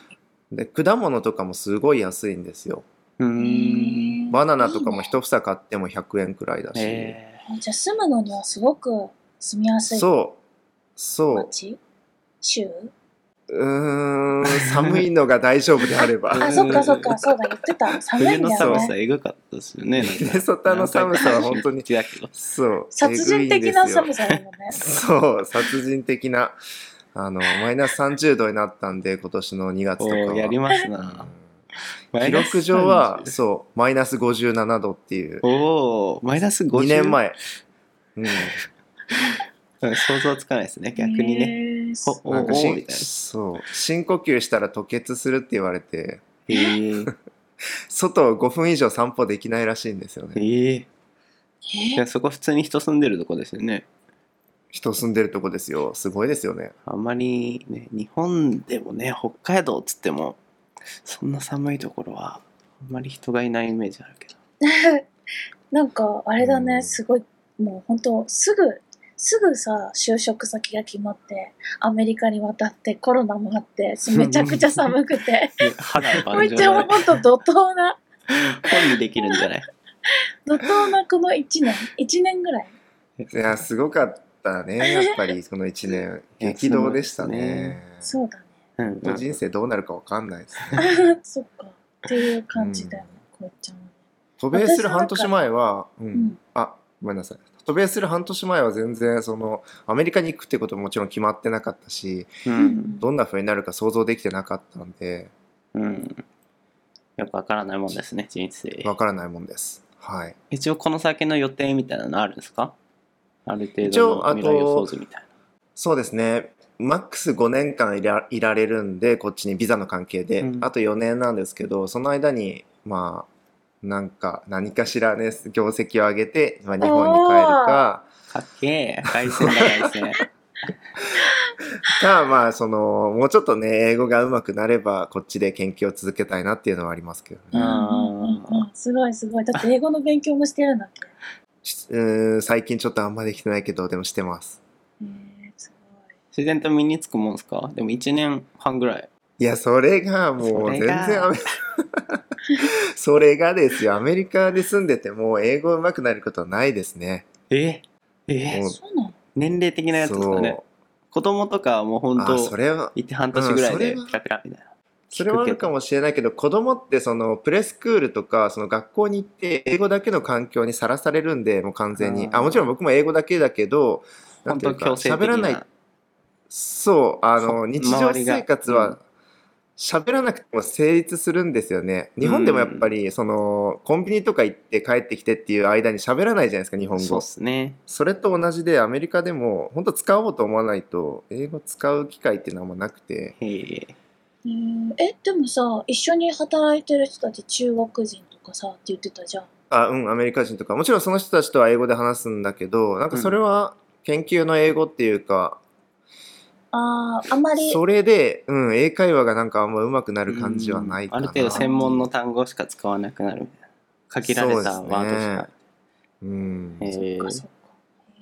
Speaker 3: で果物とかもすごい安いんですよ
Speaker 1: う
Speaker 2: に。
Speaker 1: ん。
Speaker 2: へー
Speaker 3: バナナとか
Speaker 2: いい
Speaker 3: も
Speaker 2: ね
Speaker 3: 一房買っても100円くらいだし、
Speaker 1: え
Speaker 2: あじゃあ住むのにはすごく住みやすい
Speaker 3: そうそう
Speaker 2: 町州
Speaker 3: う ーん寒いのが大丈夫であれば
Speaker 1: う
Speaker 2: あ、
Speaker 1: ん
Speaker 2: そっかそっか、そうだ、言ってた。
Speaker 1: ー、
Speaker 2: 寒い
Speaker 1: 冬
Speaker 2: んだ
Speaker 1: の
Speaker 2: よ
Speaker 1: 寒
Speaker 2: ね。
Speaker 1: さえぐかったです よね。なんか
Speaker 3: ミネソタの寒さは本当に
Speaker 1: 何回か聞いてたけ ど
Speaker 3: そう
Speaker 2: 殺人的な寒さだもんね。
Speaker 3: そう、殺人的な、あの、マイナス30度になったんで、今年の2月とか
Speaker 1: お
Speaker 3: は。
Speaker 1: ーやります
Speaker 3: う。
Speaker 1: なん
Speaker 3: 記録上は、そう、マイナス57度っていう、
Speaker 1: おおマイナス50
Speaker 3: 2年前。うん、
Speaker 1: うん想像つかないですね逆にね、
Speaker 2: ね
Speaker 1: ほお
Speaker 3: なん
Speaker 1: お
Speaker 3: か
Speaker 1: ー
Speaker 3: し
Speaker 1: みたい
Speaker 3: そう深呼吸したら吐血するって言われて
Speaker 1: なえー、
Speaker 3: 外を5分以上散歩できないらしいんですよ
Speaker 1: え
Speaker 3: ね
Speaker 1: ー、い
Speaker 2: え
Speaker 1: やそこ普通に人住んでるとこですよね
Speaker 3: 人住んでるとこですよすごいですよね
Speaker 1: あんまりね日本でもね北海道っつってもそんな寒いところはあんまり人がいないイメージあるけど
Speaker 2: なんか、あれだ
Speaker 3: う
Speaker 2: ね、
Speaker 3: ん
Speaker 2: すごい、もう本当すぐ、すぐさ、就職先が決まって、アメリカに渡って、コロナもあって、めちゃくちゃ寒く て、
Speaker 1: いや肌は 万
Speaker 2: めっ
Speaker 1: 丈
Speaker 2: ちゃ
Speaker 1: だ
Speaker 2: も
Speaker 1: ね
Speaker 2: う本当怒涛な、
Speaker 1: 本にできるんじゃない
Speaker 2: 怒涛なこの1年、1年ぐらい。
Speaker 3: いやすごかったねやっ ぱりこの1年
Speaker 1: いや
Speaker 3: 激動でした
Speaker 1: そうで
Speaker 3: ね
Speaker 2: そうだね。
Speaker 1: うん
Speaker 3: 本当人生どうなるかわかんないですね
Speaker 2: あーそっか。っていう感じだよね、こういっちゃんはね。
Speaker 3: 渡米する半年前は、う
Speaker 2: うん
Speaker 3: ん、あごめんなさい渡米する半年前は全然そのアメリカに行くってことももちろん決まってなかったし
Speaker 1: うん
Speaker 3: どんな風になるか想像できてなかったんで
Speaker 1: うんよくわからないもんですね人生
Speaker 3: わからないもんです。はい、
Speaker 1: 一応この先の予定みたいなのあるんですかある程
Speaker 3: 一
Speaker 1: 度
Speaker 3: 応
Speaker 1: の
Speaker 3: あと
Speaker 1: 未来予想図みたい
Speaker 3: そうですねマックス5年間いらいられるんでこっちにビザの関係で、
Speaker 1: うん
Speaker 3: あと4年なんですけどその間にまあなんか何かしらね業績を上げて、まあ、日本に帰るか。
Speaker 1: な。かっけえ。凱旋だ 凱旋。
Speaker 3: か、まあ、その、もうちょっとね、英語が上手くなれば、こっちで研究を続けたいなっていうのはありますけど
Speaker 2: う
Speaker 3: ね。
Speaker 2: んうんうんうんすごいすごい。だって英語の勉強もしてるんだっけ。
Speaker 3: しうーん、最近ちょっとあんまできてないけど、でもしてます。
Speaker 2: えー、すご
Speaker 1: 自然と身につくもんですかでも1年半ぐらい。
Speaker 3: いや、それがも
Speaker 1: そうれ
Speaker 3: 全
Speaker 1: が
Speaker 3: 然アメ、それがですよ、アメリカで住んでても、英語上手くなることはないですね。
Speaker 1: ええ
Speaker 3: も
Speaker 2: い。そうなの
Speaker 1: 年齢的なやつですかね
Speaker 3: そ。
Speaker 1: 子供とかはもう
Speaker 3: う。
Speaker 1: 本
Speaker 3: あ、
Speaker 1: 当
Speaker 3: それは、
Speaker 1: 行って半年ぐらいで
Speaker 3: うんそれは
Speaker 1: ピラピラみたいな。
Speaker 3: それはあるかもしれないけど、子供ってそのプレスクールとか、その学校に行って英語だけの環境にさらされるんで、もう完全に。
Speaker 1: あー
Speaker 3: あ、もちろん僕も英語だけだけど、な
Speaker 1: 本
Speaker 3: んていう
Speaker 1: 当
Speaker 3: か、
Speaker 1: 強制的な。
Speaker 3: 喋らないそうあ
Speaker 1: そ
Speaker 3: の日
Speaker 1: 周
Speaker 3: 常
Speaker 1: りが
Speaker 3: 生活
Speaker 1: うん
Speaker 3: は喋らなくても成立するんですよね。日本でもやっぱり、その、コンビニとか行って帰ってきてっていう間に喋らないじゃないですか、日本
Speaker 1: そう
Speaker 3: 語
Speaker 1: で。すね。
Speaker 3: それと同じで、アメリカでも、本当使おうと思わないと、英語使う機会っていうのはあんまなくて、
Speaker 1: えー
Speaker 2: えーえ、でもさ、一緒に働いてる人たち中国人とかさ、って言ってたじゃん。
Speaker 3: あ、うん、アメリカ人とか、もちろんその人たちとは英語で話すんだけど、なんかそれは研究の英語っていうか、
Speaker 2: ああ、あんまり、
Speaker 3: それで、うん、英会話がなんかあんま上手くなる感じはないか
Speaker 1: あ
Speaker 3: な。
Speaker 1: る程度専門の単語しか使わなくなるみたいな。限られたワードしか。
Speaker 3: うん。
Speaker 1: え
Speaker 2: そっか
Speaker 1: ー
Speaker 2: そっか。え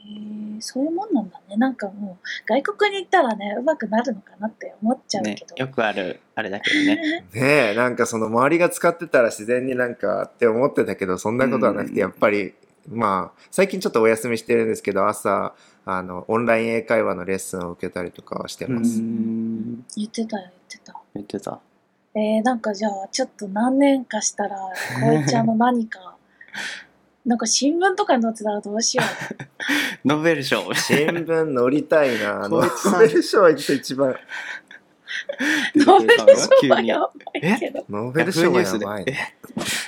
Speaker 2: ー、そういうもんなんだね。なんかもう、外国に行ったらね、うまくなるのかなって思っちゃう
Speaker 1: ね
Speaker 2: けど。、
Speaker 1: よくあるあれだけどね
Speaker 3: ねえなんかその周りが使ってたら自然になんかって思ってたけどそんなことはなく
Speaker 1: うん
Speaker 3: てやっぱりまあ最近ちょっとお休みしてるんですけど朝あのオンライン英会話のレッスンを受けたりとかはして
Speaker 1: う
Speaker 3: ます。
Speaker 1: ん
Speaker 2: 言ってたよ、言ってた。
Speaker 1: 言ってた
Speaker 2: えー、なんかじゃあ、ちょっと何年かしたら、こいちゃんの何 か、なんか新聞とかに載ってたらどうしよう。
Speaker 1: ノーベル賞
Speaker 3: 新聞乗りたい な。
Speaker 1: こ
Speaker 3: ノ
Speaker 1: いつさん
Speaker 3: ーベル賞は一番。
Speaker 2: ノーベル賞
Speaker 1: 急
Speaker 2: は
Speaker 1: に
Speaker 2: やばいけど。
Speaker 3: ノーベル賞はやば
Speaker 1: ヤフーニュース
Speaker 3: い
Speaker 1: で
Speaker 3: ね。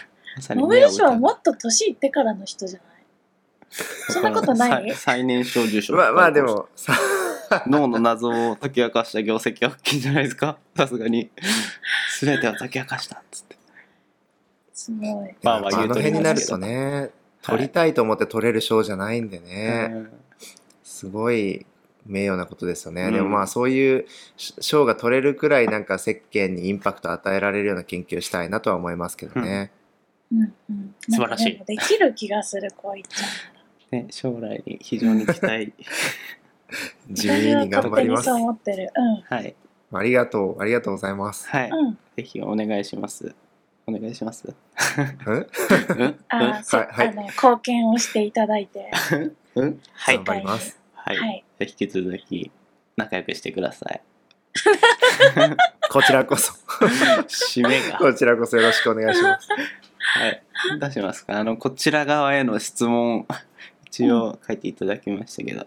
Speaker 1: まさに
Speaker 2: ノ
Speaker 1: ね
Speaker 2: ーベル賞はもっと年いってからの人じゃないそんなことない
Speaker 1: 最最年少受賞
Speaker 3: まあまあでもさ
Speaker 1: 脳の謎を解き明かした業績は大きいんじゃないです かさすがに全てを解き明かしたっつって
Speaker 2: すごい。
Speaker 1: まあ
Speaker 3: あ
Speaker 1: まあ
Speaker 3: の
Speaker 1: 言うとおり
Speaker 3: 辺
Speaker 1: なんですけど
Speaker 3: になるとね取りたいと思って取れる賞じゃないんでね。すごい名誉なことですよね。
Speaker 1: うん
Speaker 3: でもまあそういうし賞が取れるくらいなんか世間にインパクト与えられるような研究をしたいなとは思いますけどね。
Speaker 2: うんうん。
Speaker 1: 素晴らしい
Speaker 2: なんかでもできる気がする、こいちゃん。
Speaker 1: うんね、将来に非常に期 待
Speaker 3: 地味に頑張りま
Speaker 2: 私
Speaker 3: す
Speaker 2: は勝手にそう。思ってる。う
Speaker 1: はい
Speaker 3: ありがとう、ありがとうございます。
Speaker 1: はい、
Speaker 2: ん。うん。
Speaker 1: ぜひお願いしますお願いします
Speaker 3: うん
Speaker 1: うんうん
Speaker 2: あー、そう、
Speaker 3: はいはい
Speaker 2: あの、貢献をしていただいて。
Speaker 1: うんはい
Speaker 3: 頑張ります。
Speaker 1: はい、
Speaker 2: はい。
Speaker 1: 引き続き仲良くしてくだ さい
Speaker 3: こちらこそ、
Speaker 1: 締めが
Speaker 3: こちらこそよろしくお願いします。
Speaker 1: はい、出しますかあのこちら側への質問一応書いていただきましたけど、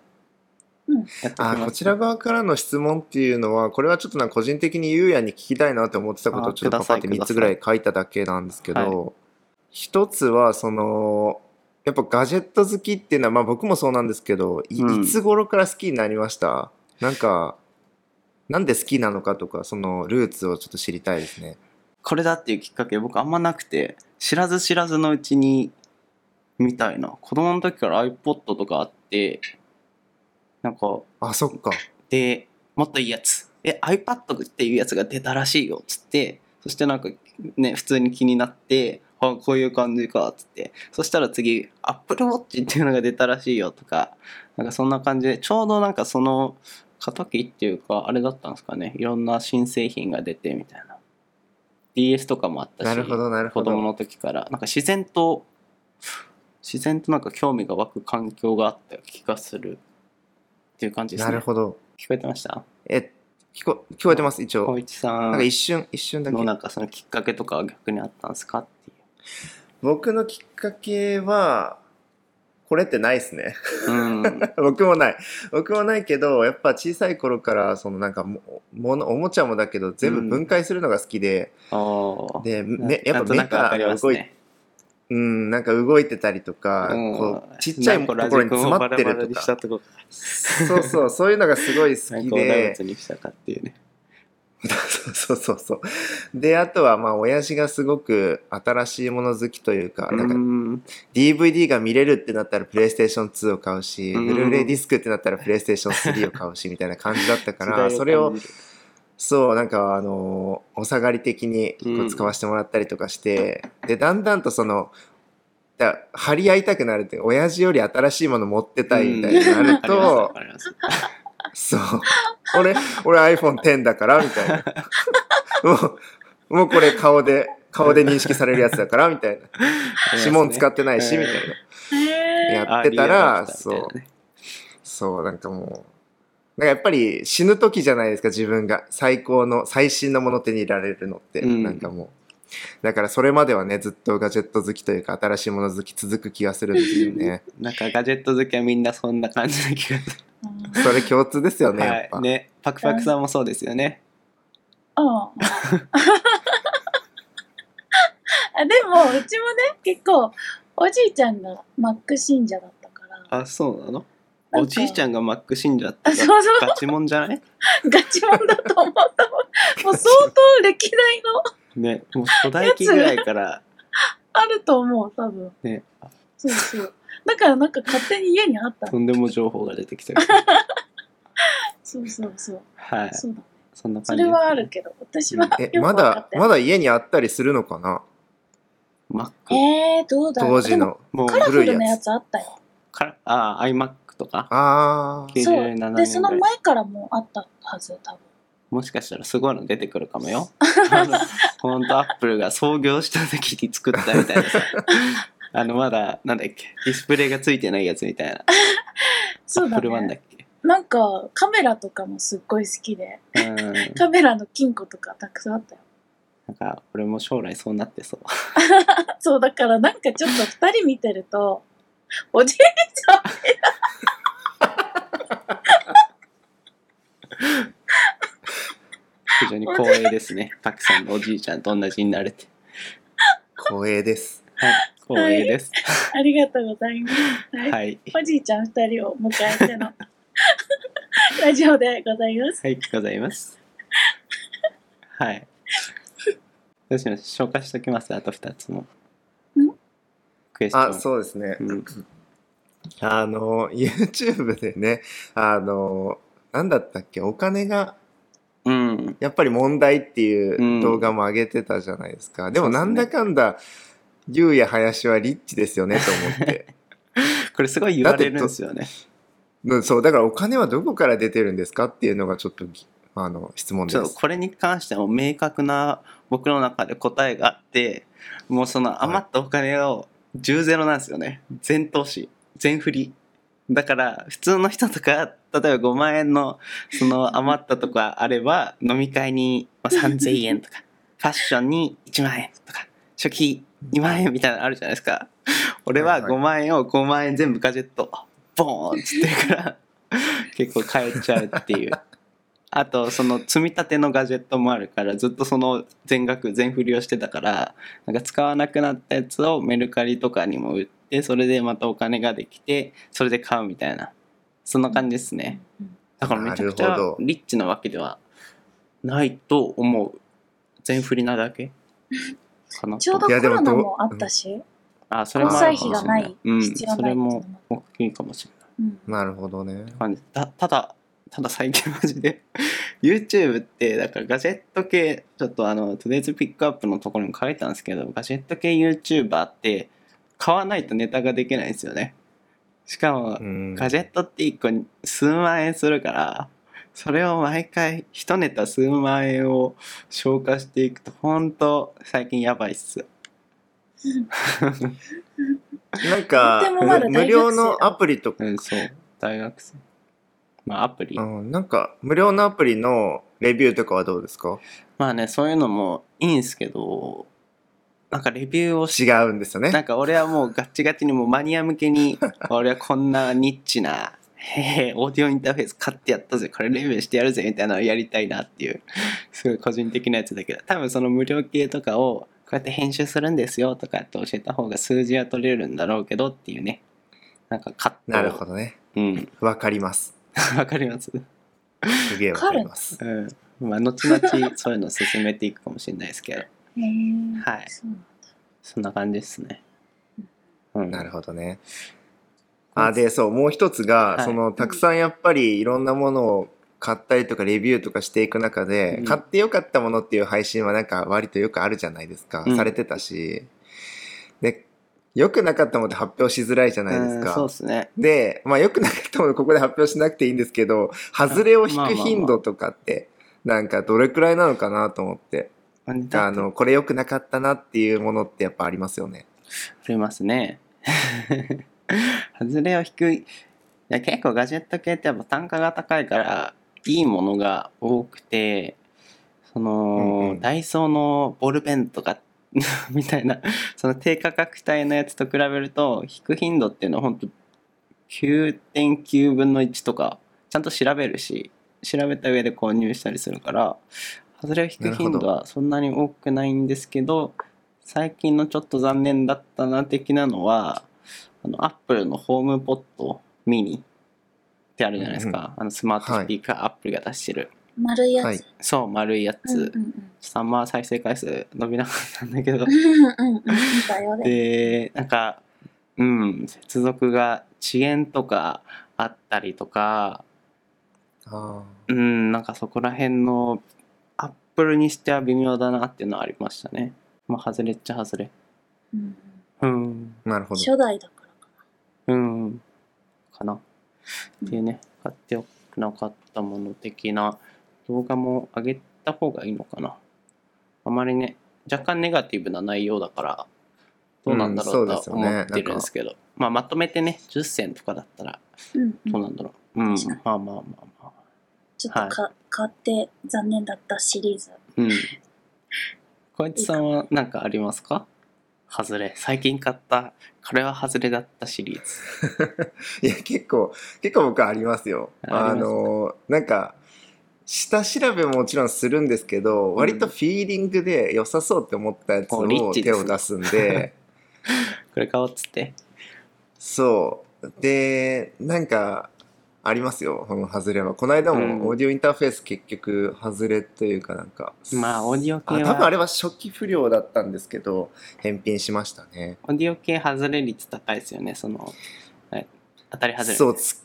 Speaker 2: うん
Speaker 1: やってきま
Speaker 3: あ、
Speaker 1: す
Speaker 3: こちら側からの質問っていうのは、これはちょっとなんか個人的にゆうやに聞きたいなって思ってたこと
Speaker 1: あ
Speaker 3: をちょっとパパって
Speaker 1: ください
Speaker 3: 3つぐらい書いただけなんですけど、一つはその、やっぱガジェット好きっていうのは、まあ僕もそうなんですけど、い,、
Speaker 1: うん
Speaker 3: つ頃から好きになりましたなんか、なんで好きなのかとか、そのルーツをちょっと知りたいですね。
Speaker 1: これだっていうきっかけ僕あんまなくて知らず知らずのうちにみたいな子供の時から iPod とかあってなんか
Speaker 3: あ、そっか。
Speaker 1: でもっといいやつえ iPad っていうやつが出たらしいよっつってそしてなんかね普通に気になってあこういう感じかっつってそしたら次 AppleWatch っていうのが出たらしいよとかなんかそんな感じでちょうどなんかその過渡期っていうかあれだったんですかねいろんな新製品が出てみたいな DS とかもあったし
Speaker 3: なるほど、なるほ
Speaker 1: 子供
Speaker 3: ど。
Speaker 1: の時からなんか自然と自然となんか興味が湧く環境があった気がするっていう感じです
Speaker 3: な
Speaker 1: ね
Speaker 3: るほど。
Speaker 1: 聞こえてました
Speaker 3: え、聞こ、聞こえてます、一応
Speaker 1: 光。一さん
Speaker 3: なんか一瞬、一瞬だけ
Speaker 1: の。なんかそのきっかけとかは逆にあったんですかってい
Speaker 3: 僕のきっかけは、これってないですね。
Speaker 1: う。うん。
Speaker 3: 僕もない僕もないけどやっぱ小さい頃からそのなんかもものおもちゃもだけど全部分解するのが好きで、
Speaker 1: ああ。
Speaker 3: で
Speaker 1: な
Speaker 3: めや
Speaker 1: な
Speaker 3: っぱ目
Speaker 1: んとなくわ
Speaker 3: が
Speaker 1: かります
Speaker 3: 動い,、
Speaker 1: ね。
Speaker 3: うん、なんか動いてたりとか、
Speaker 1: うん
Speaker 3: こうちっちゃいところに詰まって
Speaker 1: なんかラジコンをバラバラ
Speaker 3: ると
Speaker 1: にした
Speaker 3: か
Speaker 1: とこ
Speaker 3: そうそうそういうのがすごい
Speaker 1: な
Speaker 3: 好
Speaker 1: ん
Speaker 3: き
Speaker 1: かお大
Speaker 3: で
Speaker 1: 仏にしたかっていうね。
Speaker 3: そう そうそうそうであとはまあ親父がすごく新しいもの好きというか
Speaker 1: う
Speaker 3: なんか
Speaker 1: ん。
Speaker 3: DVD が見れるってなったらプレイステーション2を買うし、
Speaker 1: うん
Speaker 3: ブルーレイディスクってなったらプレイステーション3を買うしみたいな感じだったから
Speaker 1: 時代感じる
Speaker 3: それをそうなんかあのーお下がり的にこ
Speaker 1: うん
Speaker 3: う使わせてもらったりとかして、でだんだんとそのだ張り合いたくなるって親父より新しいもの持ってたいみたいになる
Speaker 1: うんわ
Speaker 3: と、
Speaker 1: かりますわ
Speaker 3: そう俺俺 iPhone10 だからみ たいなもうもうこれ顔で顔で認識されるやつだからみた いな
Speaker 1: かります
Speaker 3: 指紋使
Speaker 1: っ
Speaker 3: ってないし
Speaker 1: えー
Speaker 3: みたいな
Speaker 2: へー
Speaker 3: やってたらそう
Speaker 1: う。
Speaker 3: そうなんかもうなんかやっぱり死ぬ時じゃないですか自分が最高の最新のもの手に入れられるのって、
Speaker 1: うん
Speaker 3: なんかもうだからそれまではねずっとガジェット好きというか新しいもの好き続く気がするんですよね
Speaker 1: なんかガジェット好きはみんなそんな感じな気がする。
Speaker 2: うん
Speaker 3: それ共通ですよねやっ
Speaker 1: は
Speaker 3: ぱ、
Speaker 1: い。ね。パクパクさんもそうですよね。
Speaker 2: あでも、うちもね、結構、おじいちゃんがマック信者だったから。
Speaker 1: あ、そうなの
Speaker 2: なんか
Speaker 1: おじいちゃんがマック信者って
Speaker 2: あそうそう
Speaker 1: ガチもんじゃない
Speaker 2: ガチもんだと思ったもん。もう相当歴代の
Speaker 1: ね、もう初代機ぐらいから、
Speaker 2: あると思う、多分。
Speaker 1: ね、
Speaker 2: そうそう。だからなんか勝手に家にあった
Speaker 1: と
Speaker 2: の。
Speaker 1: んでも情報が出てきたけど
Speaker 2: そうそうそう。
Speaker 1: はい。
Speaker 2: そうだね。
Speaker 1: そんな
Speaker 2: そ
Speaker 1: 感じ。
Speaker 2: れはある。けど、私はよ
Speaker 3: え
Speaker 2: く
Speaker 3: ま
Speaker 2: わか
Speaker 3: だ
Speaker 2: ってない。
Speaker 3: まだ家にあったりするのかな
Speaker 1: マック。
Speaker 2: えー、どうだろう。
Speaker 3: 当時
Speaker 2: でも。
Speaker 3: の
Speaker 1: もう、
Speaker 2: カラフ
Speaker 3: 古
Speaker 2: ル
Speaker 3: い
Speaker 2: な
Speaker 3: や
Speaker 2: や
Speaker 3: つ
Speaker 2: つあったよ。
Speaker 1: からあ、iMac とか、
Speaker 3: ああ
Speaker 1: 97
Speaker 2: そう。
Speaker 1: 年ぐら
Speaker 2: で、
Speaker 1: い。
Speaker 2: その前からもうあったはず、多分。
Speaker 1: もしかしたらすごいの出てくるかも よ。あのほんとアップルが創業した時に作ったみたいな さ。あのまだなんだっけディスプレイがついてないやつみたいな。
Speaker 2: そう
Speaker 1: アッ
Speaker 2: だ
Speaker 1: プルワンだ
Speaker 2: ね。
Speaker 1: っけ。
Speaker 2: なんか、カメラとかもすっごい好きで、
Speaker 1: うん。
Speaker 2: カメラの金庫とかたくさんあったよ。
Speaker 1: なんか俺も将来そうなってそう。
Speaker 2: そう、だからなんかちょっと二人見てると、おじいちゃんみ
Speaker 1: 非常に光栄です ね。たくさんのおじいちゃんと同じになれて。
Speaker 3: 光栄です
Speaker 1: はい、光栄です。
Speaker 2: たいありがとうございます。はい。
Speaker 1: はい。
Speaker 2: おじいちゃん二人を迎え てのラジオでございます。
Speaker 1: はい、ございます。はい。どうします紹介しておきますあと2つも。クエスチョン。
Speaker 3: あそうですね
Speaker 1: うん
Speaker 3: あの YouTube でねあのなんだったっけお金が
Speaker 1: うん。
Speaker 3: やっぱり問題って
Speaker 1: う
Speaker 3: い
Speaker 1: ん
Speaker 3: う動画も上げてたじゃないですか、で
Speaker 1: そ
Speaker 3: も
Speaker 1: うです
Speaker 3: な
Speaker 1: ね
Speaker 3: んだかんだ龍や林はリッチですよねと思って
Speaker 1: これすごい言われるんですよね。
Speaker 3: うんそう、だからお金はどこから出てるんですかっていうのがちょっとぎあの質問
Speaker 1: ち
Speaker 3: で
Speaker 1: ょっと
Speaker 3: す。
Speaker 1: これに関してはもう明確な僕の中で答えがあってもうその余ったお金を10ゼロなんですよね全投資全振りだから普通の人とか例えば5万円のその余ったとかあれば飲み会にまあ3000円とかファッションに1万円とか初期2万円みたいなのあるじゃないですか俺は5万円を5万円全部ガジェットボーンっつってるから結構買えちゃうっていうあとその積み立てのガジェットもあるからずっとその全額全振りをしてたからなんか使わなくなったやつをメルカリとかにも売ってそれでまたお金ができてそれで買うみたいなそんな感じですね
Speaker 2: うん
Speaker 1: だからめちゃくちゃ
Speaker 3: なるほど
Speaker 1: リッチなわけではないと思う全振りなだけかな
Speaker 2: ちょうど
Speaker 3: い
Speaker 2: コ
Speaker 3: やでも
Speaker 2: ロナもあったし、
Speaker 1: あそれ
Speaker 2: 交
Speaker 1: もあ
Speaker 2: 際
Speaker 1: るかもしれな
Speaker 2: 費がないい、
Speaker 1: うん
Speaker 2: 必要
Speaker 1: そ
Speaker 2: ない
Speaker 1: れ
Speaker 2: っていうの
Speaker 1: も
Speaker 2: も
Speaker 1: 大きいかもしれない
Speaker 2: うん
Speaker 3: なるほどね。
Speaker 1: 感じたただただ最近マジで YouTube ってだからガジェット系ちょっとあの Today's Pickup のところにも書いたんですけどガジェット系 YouTuber って買わないとネタができないんですよねしかも
Speaker 3: うん
Speaker 1: ガジェットって1個に数万円するからそれを毎回一ネタ数万円を消化していくとほんと最近やばいっす
Speaker 3: なんか
Speaker 2: でもまだ大学生
Speaker 3: む
Speaker 2: だ
Speaker 3: 無料のアプリとか、
Speaker 1: うんそう大学生まあアプリ
Speaker 3: うん、なんか無料のアプリのレビューとかはどうですか
Speaker 1: まあね、そういうのもいいんすけど、なんかレビューをし、
Speaker 3: 違うんですよ
Speaker 1: な
Speaker 3: ね。
Speaker 1: んか俺はもうガッチガチにもうマニア向け に、俺はこんなニッチな、へへ、オーディオインターフェース買ってやったぜ、これレビューしてやるぜみたいなのをやりたいなっていう、すごい個人的なやつだけど、多分その無料系とかを、こうやって編集するんですよとかって教えた方が数字は取れるんだろうけどっていうね、なんかカット。
Speaker 3: なるほどね。
Speaker 1: うん、
Speaker 3: わかります。
Speaker 1: わかります。
Speaker 3: すげえわかります。
Speaker 1: うん。まあ、後々そういうのを進めていくかもしれないですけど、
Speaker 2: へー
Speaker 1: はい
Speaker 2: そうなんだ
Speaker 1: そんな感じですね。うん
Speaker 3: なるほどね。あでそうもう一つが、
Speaker 1: はい
Speaker 3: そのたくさんやっぱりいろんなものを買ったりとかレビューとかしていく中で、
Speaker 1: うん
Speaker 3: 買ってよかったものっていう配信はなんか割とよくあるじゃないですか、
Speaker 1: うん
Speaker 3: されてたしで良くなかったものって発表しづらいじゃないです
Speaker 1: うん
Speaker 3: か、
Speaker 1: そうですね。
Speaker 3: で、まあ、良くなかったものここで発表しなくていいんですけど外れを引
Speaker 1: まあまあ
Speaker 3: く
Speaker 1: まあ
Speaker 3: 頻度とかってなんかどれくらいなのかなと思って
Speaker 1: あ
Speaker 3: あ
Speaker 1: の、
Speaker 3: のこれ良くなかったなっていうものってやっぱありますよね。
Speaker 1: ありますね。 外れを引く。いや結構ガジェット系ってやっぱ単価が高いから、いいものが多くて、その、
Speaker 3: うんうん
Speaker 1: ダイソーのボールペンとか、 みたいな、その低価格帯のやつと比べると、引く頻度っていうのは本当9.9分の1とか、ちゃんと調べるし、調べた上で購入したりするから、外れを引く頻
Speaker 3: なる
Speaker 1: 度
Speaker 3: ほ
Speaker 1: はそんなに多くないんですけど最近のちょっと残念だったな的なのはあのアップルのホームポットミニってあるじゃないですか、あのスマートスピーカーアップルが出してる、
Speaker 2: 丸いやつ。
Speaker 3: はい
Speaker 1: そう丸いやつ、
Speaker 2: うんうん
Speaker 1: ちょっとあんま再生回数伸びなかったんだけど
Speaker 2: うん。 うんうん。だよね。
Speaker 1: でなんかうん接続が遅延とかあったりとか
Speaker 3: あ
Speaker 1: うんなんかそこら辺のアップルにしては微妙だなっていうのはありましたねまあ外れっちゃ外れ
Speaker 2: うんうん
Speaker 1: うん
Speaker 3: ーなるほど
Speaker 2: 初代だからか
Speaker 1: うんかなっていう
Speaker 2: な。
Speaker 1: ね買っておくなかったもの的な動画も上げた方がいいのかなあまりね若干ネガティブな内容だからどうなんだろ
Speaker 3: う
Speaker 1: うん
Speaker 3: そうで
Speaker 1: と
Speaker 3: す
Speaker 1: は
Speaker 3: よね
Speaker 1: 思ってるんですけど、まあまとめてね10選とかだったら
Speaker 2: うんうん
Speaker 1: どうなんだろううん、
Speaker 2: 確かに
Speaker 1: まあまあまあまあ
Speaker 2: ちょっとか買って残念だったシリーズ。
Speaker 1: うん小市さんは何かありますか外れ最近買ったこれは外れだったシリーズ
Speaker 3: いや結構結構僕はありますよ
Speaker 1: あ
Speaker 3: あ
Speaker 1: ります
Speaker 3: のなんか下調べももちろんするんですけど、割とフィーリングで良さそうって思ったやつ
Speaker 1: おリッ
Speaker 3: を
Speaker 1: チで
Speaker 3: 手
Speaker 1: す
Speaker 3: を出す んで
Speaker 1: これ買おうっつって
Speaker 3: そうでなんかありますよこの外れはこの間
Speaker 1: うん
Speaker 3: もオーディオインターフェース結局外れというかなんか、
Speaker 1: まあオーディオ系は
Speaker 3: あ多分あれは初期不良だったんですけど返品しましたね
Speaker 1: オーディオ系外れ率高いですよねそのはい当たり外れ
Speaker 3: そうつ